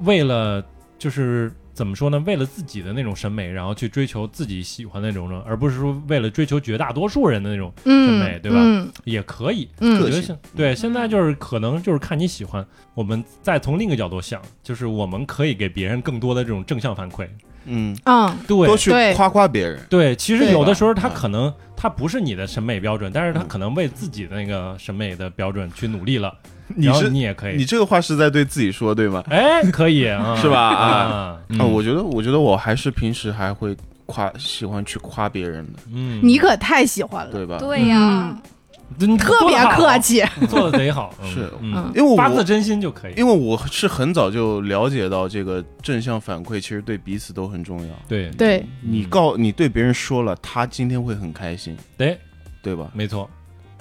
为了就是怎么说呢？为了自己的那种审美，然后去追求自己喜欢的那种人，而不是说为了追求绝大多数人的那种，审美嗯，对吧嗯也可以。嗯我个觉得性现对现在就是可能就是看你喜欢，我们再从另一个角度想，就是我们可以给别人更多的这种正向反馈。嗯，嗯，对，多去对夸夸别人，对，其实对有的时候吧他嗯可能他不是你的审美标准，但是他可能为自己的那个审美的标准去努力了，你然后是你也可你以，这个话是在对自己说对吗？哎，可 以啊，是吧啊，啊，嗯我觉得，我觉得我还是平时还会夸，喜欢去夸别人的，嗯，你可太喜欢了，对啊吧？对嗯呀，你特别客，气，做得好 做的贼好，嗯是嗯，因为发自我真心就可以，因为我是很早就了解到这个正向反馈其实对彼此都很重要。对对，你告你对别人说了，他今天会很开心，对，对吧？没错，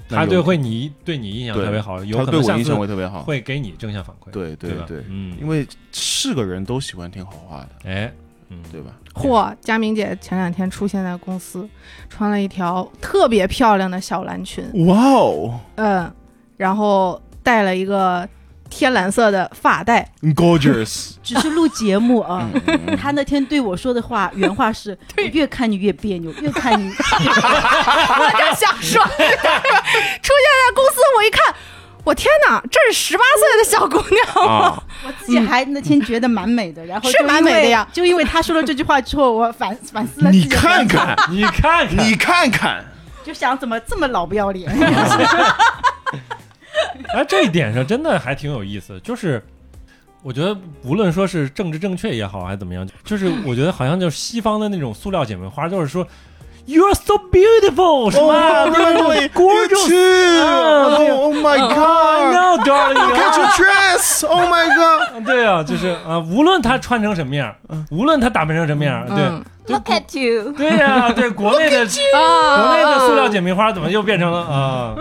那他有对会你对你印象对特别好，有他可对能我下印次象会特别好。会给你正向反馈，啊对对吧对，因嗯，为是个人都喜欢听好话的，哎，嗯，对吧？嚯，佳明姐前两天出现在公司，穿了一条特别漂亮的小蓝裙，哇哦，嗯，然后戴了一个天蓝色的发带， gorgeous！只是录节目啊。嗯嗯他那天对我说的 话，原话是：“我越看你越别扭，越看 你啊我就想说，出现在公司，我一看，我天哪，这是十八岁的小姑娘吗？啊，我自己还那天觉得蛮美的，然后就是蛮美的因为呀就因为他说了这句话之后，我反反思了自你己的看观察，看，你看看，你 看看，就想怎么这么老不要脸。哎，这一点上真的还挺有意思，就是我觉得无论说是政治正确也好，还是怎么样，就是我觉得好像就是西方的那种塑料姐妹花，就是说 You're so 哦 beautiful，什么那种 gorgeous。啊 too！Oh，Oh my god！ No, darling. Can't you dress? Oh my god！啊对啊，就是啊，无论她穿成什么样，嗯无论她打扮成什么样，嗯对 Look at you，对对呀，对国内的国啊内的塑料姐妹花怎么又变成了啊？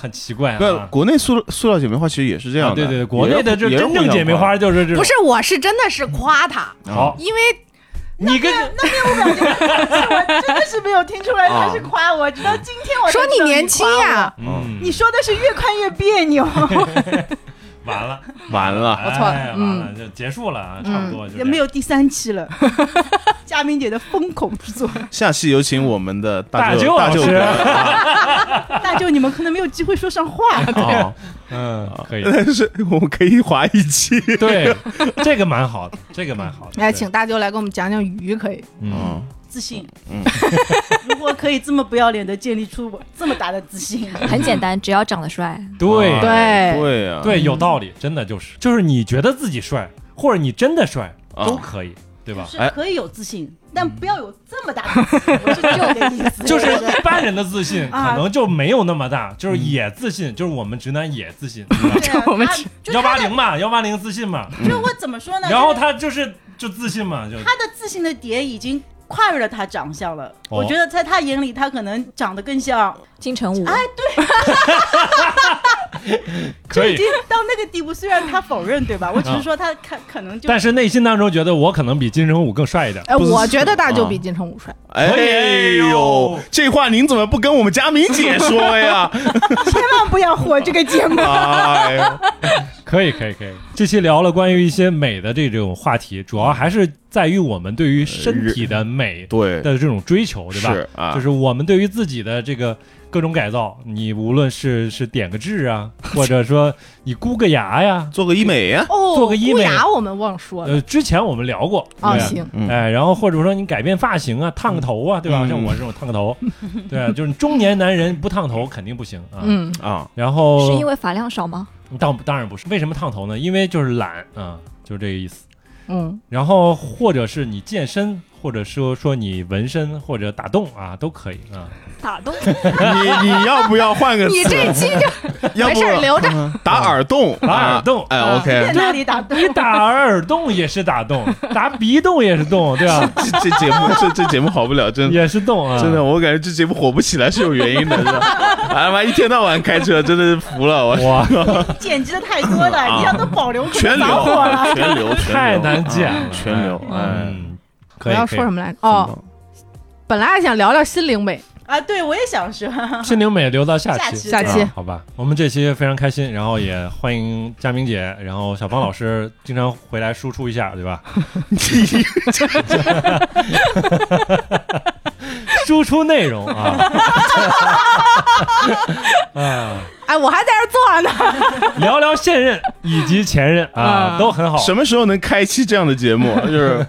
很奇怪啊。 对，国内塑塑料姐妹花其实也是这样啊的，对对对，国内的这真正姐妹花花就是这种 不是，我是真的是夸他，好，因为你跟我真的是没有听出来他是夸我，直到今天我才说知道你你年轻啊夸我呀，嗯，你说的是越宽越别扭，完了，完了， 我错了完了就结束了啊，差不多就嗯也这没样。有第三期了。 嘉宾姐的疯狂之作，下期有请我们的大舅舅大老师哥 大舅你们可能没有机会说上话。哦，嗯，可以，但是我们可以划一 期，对， 这个蛮好的，这个蛮好的。来对哎请，大舅来给我们讲讲鱼可以。嗯，嗯，自信，嗯 如果可以这么不要脸的建立出我这么大的自信， 很简单，只要长得帅，对对，对啊，哎对，有道理，真的就是就是你觉得自己帅，或者你真的帅啊都可以，对吧？是可以有自信，但不要有这么大的自信。我是这个意思，就是 一般人的自信可啊能就没有那么大，嗯就是也自信，就是我们直男也自 信，对啊我们他幺就八他的，零嘛，幺八零自信嘛，就是我怎么说呢？然后就是他就是就自信嘛，就他的自信的点已经跨越了他长相了。哦我觉得在他眼里，他可能长得更像，哎金城武，啊可已以经。到那个地步。虽然他否认，对吧？我只啊是说他可可能就但是内心当中觉得我可能比金城武更帅一点，哎，不是啊我觉得大舅比金城武帅。哎呦呦，这话您怎么不跟我们嘉宾姐说 呀？。千万不要火这个节目哎呦，可以可以可以。这期聊了关于一些美的这种话题，主要还是在于我们对于身体的美对，的这种追求，对吧？呃是啊，就是我们对于自己的这个各种改造，你无论是是点个痣 啊，或者说你箍个牙呀，做个医美呀， 哦，做个医箍美牙我们忘说了呃，之前我们聊过啊，对吧行，嗯哎，然后或者说你改变发型啊，烫个头啊，对吧？嗯像我这种烫个头，对啊，就是中年男人不烫头肯定不行啊。嗯，啊，然后是因为发量少吗？当当然不是，为什么烫头呢？因为就是懒啊，就是这个意思。嗯，然后或者是你健身，或者说说你纹身或者打洞啊，都可以啊。打 动 你你要不要换个词？你这期就要没不嗯事儿留着，打耳洞， 打耳啊洞哎啊在，OK，哪里打你打耳洞也是打洞，打鼻洞也是洞，对吧、 这这节目这这节目好不了，真的。也是洞啊，真的，我感觉这节目火不起来是有原因的，是吧？哎妈，一天到晚开车，真的是服 了我，哇，嗯剪辑的太多了，啊一样都保留，可全能流着火了。， 全流，全流太难剪了啊全流，哎，嗯，可我以。要说什么？么来着？哦，本来还想聊聊心灵美，啊，对，我也想说， 心灵美留到下下期。期下期啊好吧，我们这期非常开心，然后也欢迎佳明姐，然后小芳老 师经常回来输出一下，对吧？输出内容啊， 啊，哎，我还在这坐着呢。聊聊现任以及前任啊，啊都很好，什么时候能开一期这样的节目？啊就是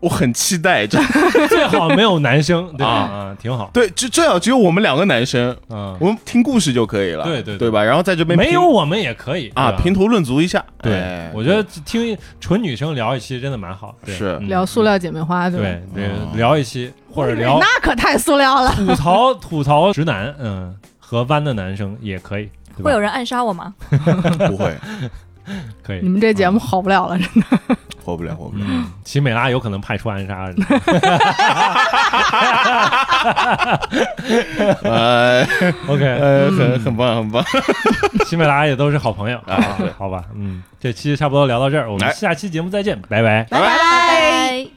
我很期待，这 最好没有男 生，对吧？啊啊，挺好，对，就最好只有我们两个男生，嗯我，们听故事就可以了，对对对对吧？然后在这边没有评我们也可以啊，对吧评头论足一下，对哎，我觉得听纯女生聊一期真的蛮好，对是嗯聊塑料姐妹花，吧对对嗯，聊一期或者聊那可太塑料了。吐槽吐槽直男，嗯，和弯的男生也可以，对吧会有人暗杀我吗？不会可你以。们这节目好不了了，真的。火不了，火不了。嗯，奇美拉有可能派出暗杀 人， 呃 OK，呃，很很棒，很棒。奇美拉也都是好朋友啊，好吧，嗯，这期差不多聊到这儿，我们哎下期节目再见，拜拜。拜拜。拜。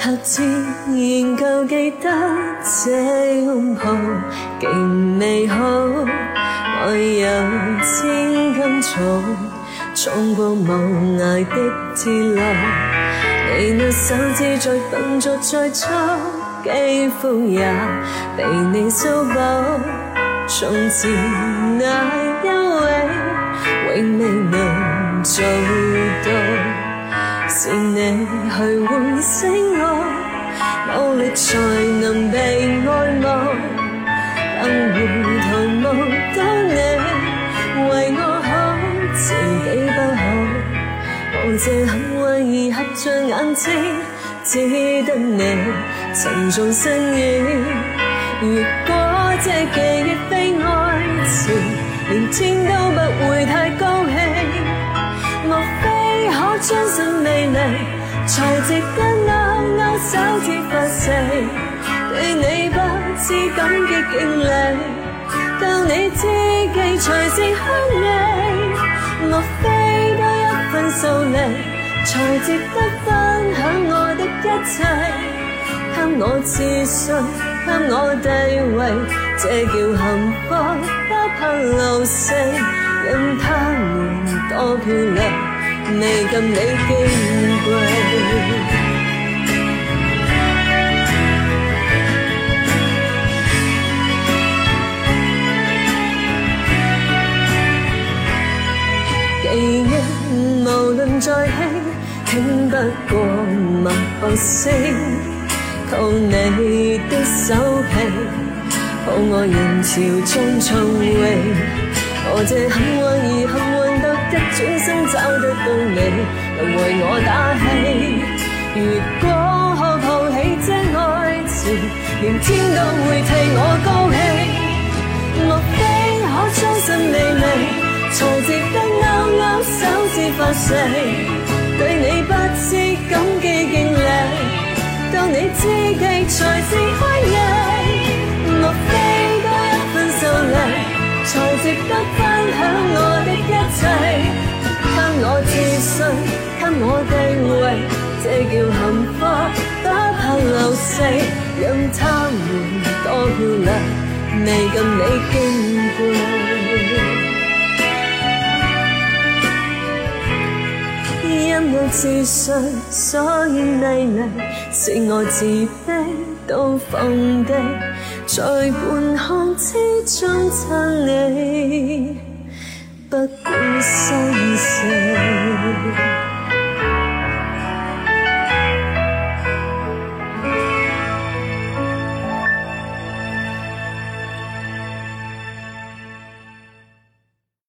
頭前仍舊記得這擁抱，極美好。我有千根草，衝過無涯的鐵路。你那手指再笨拙再粗，肌膚也被你修補。從前那優美，永未能做到。是你去喚醒我，努力才能被愛慕。但糊塗無到你為我好，自己不好。望這幸運而合着眼睛，只得你沉重身影。如果這記憶非愛情，連天都不會太高興。莫非可將信魅力，才值得勾勾手指發誓，對你不知感激敬禮，當你知己才是鄉里。莫非多一份素力，才值得分享我的一切，貪我自信，貪我地位，這叫幸福，不怕流逝。任他们多漂亮，未及你矜贵。記憶無論再輕，輕不過脈搏聲。靠你的手臂，抱我人潮中暢泳。我這幸運而幸運到一轉身找得到你，能為我打氣。如果可抱起這愛情，連天都會替我高興。莫非可相信你未？才值得勾勾手指發誓，對你不知感激敬禮。當你知己才是開人，莫非多一份受禮，才值得分享我的一切。貪我自信，貪我地位，這叫幸福，不怕流逝，任他們多漂亮，未及你矜貴。因我自信，所以毅力，是我自卑到放低，在半看之中撐你，不管世事。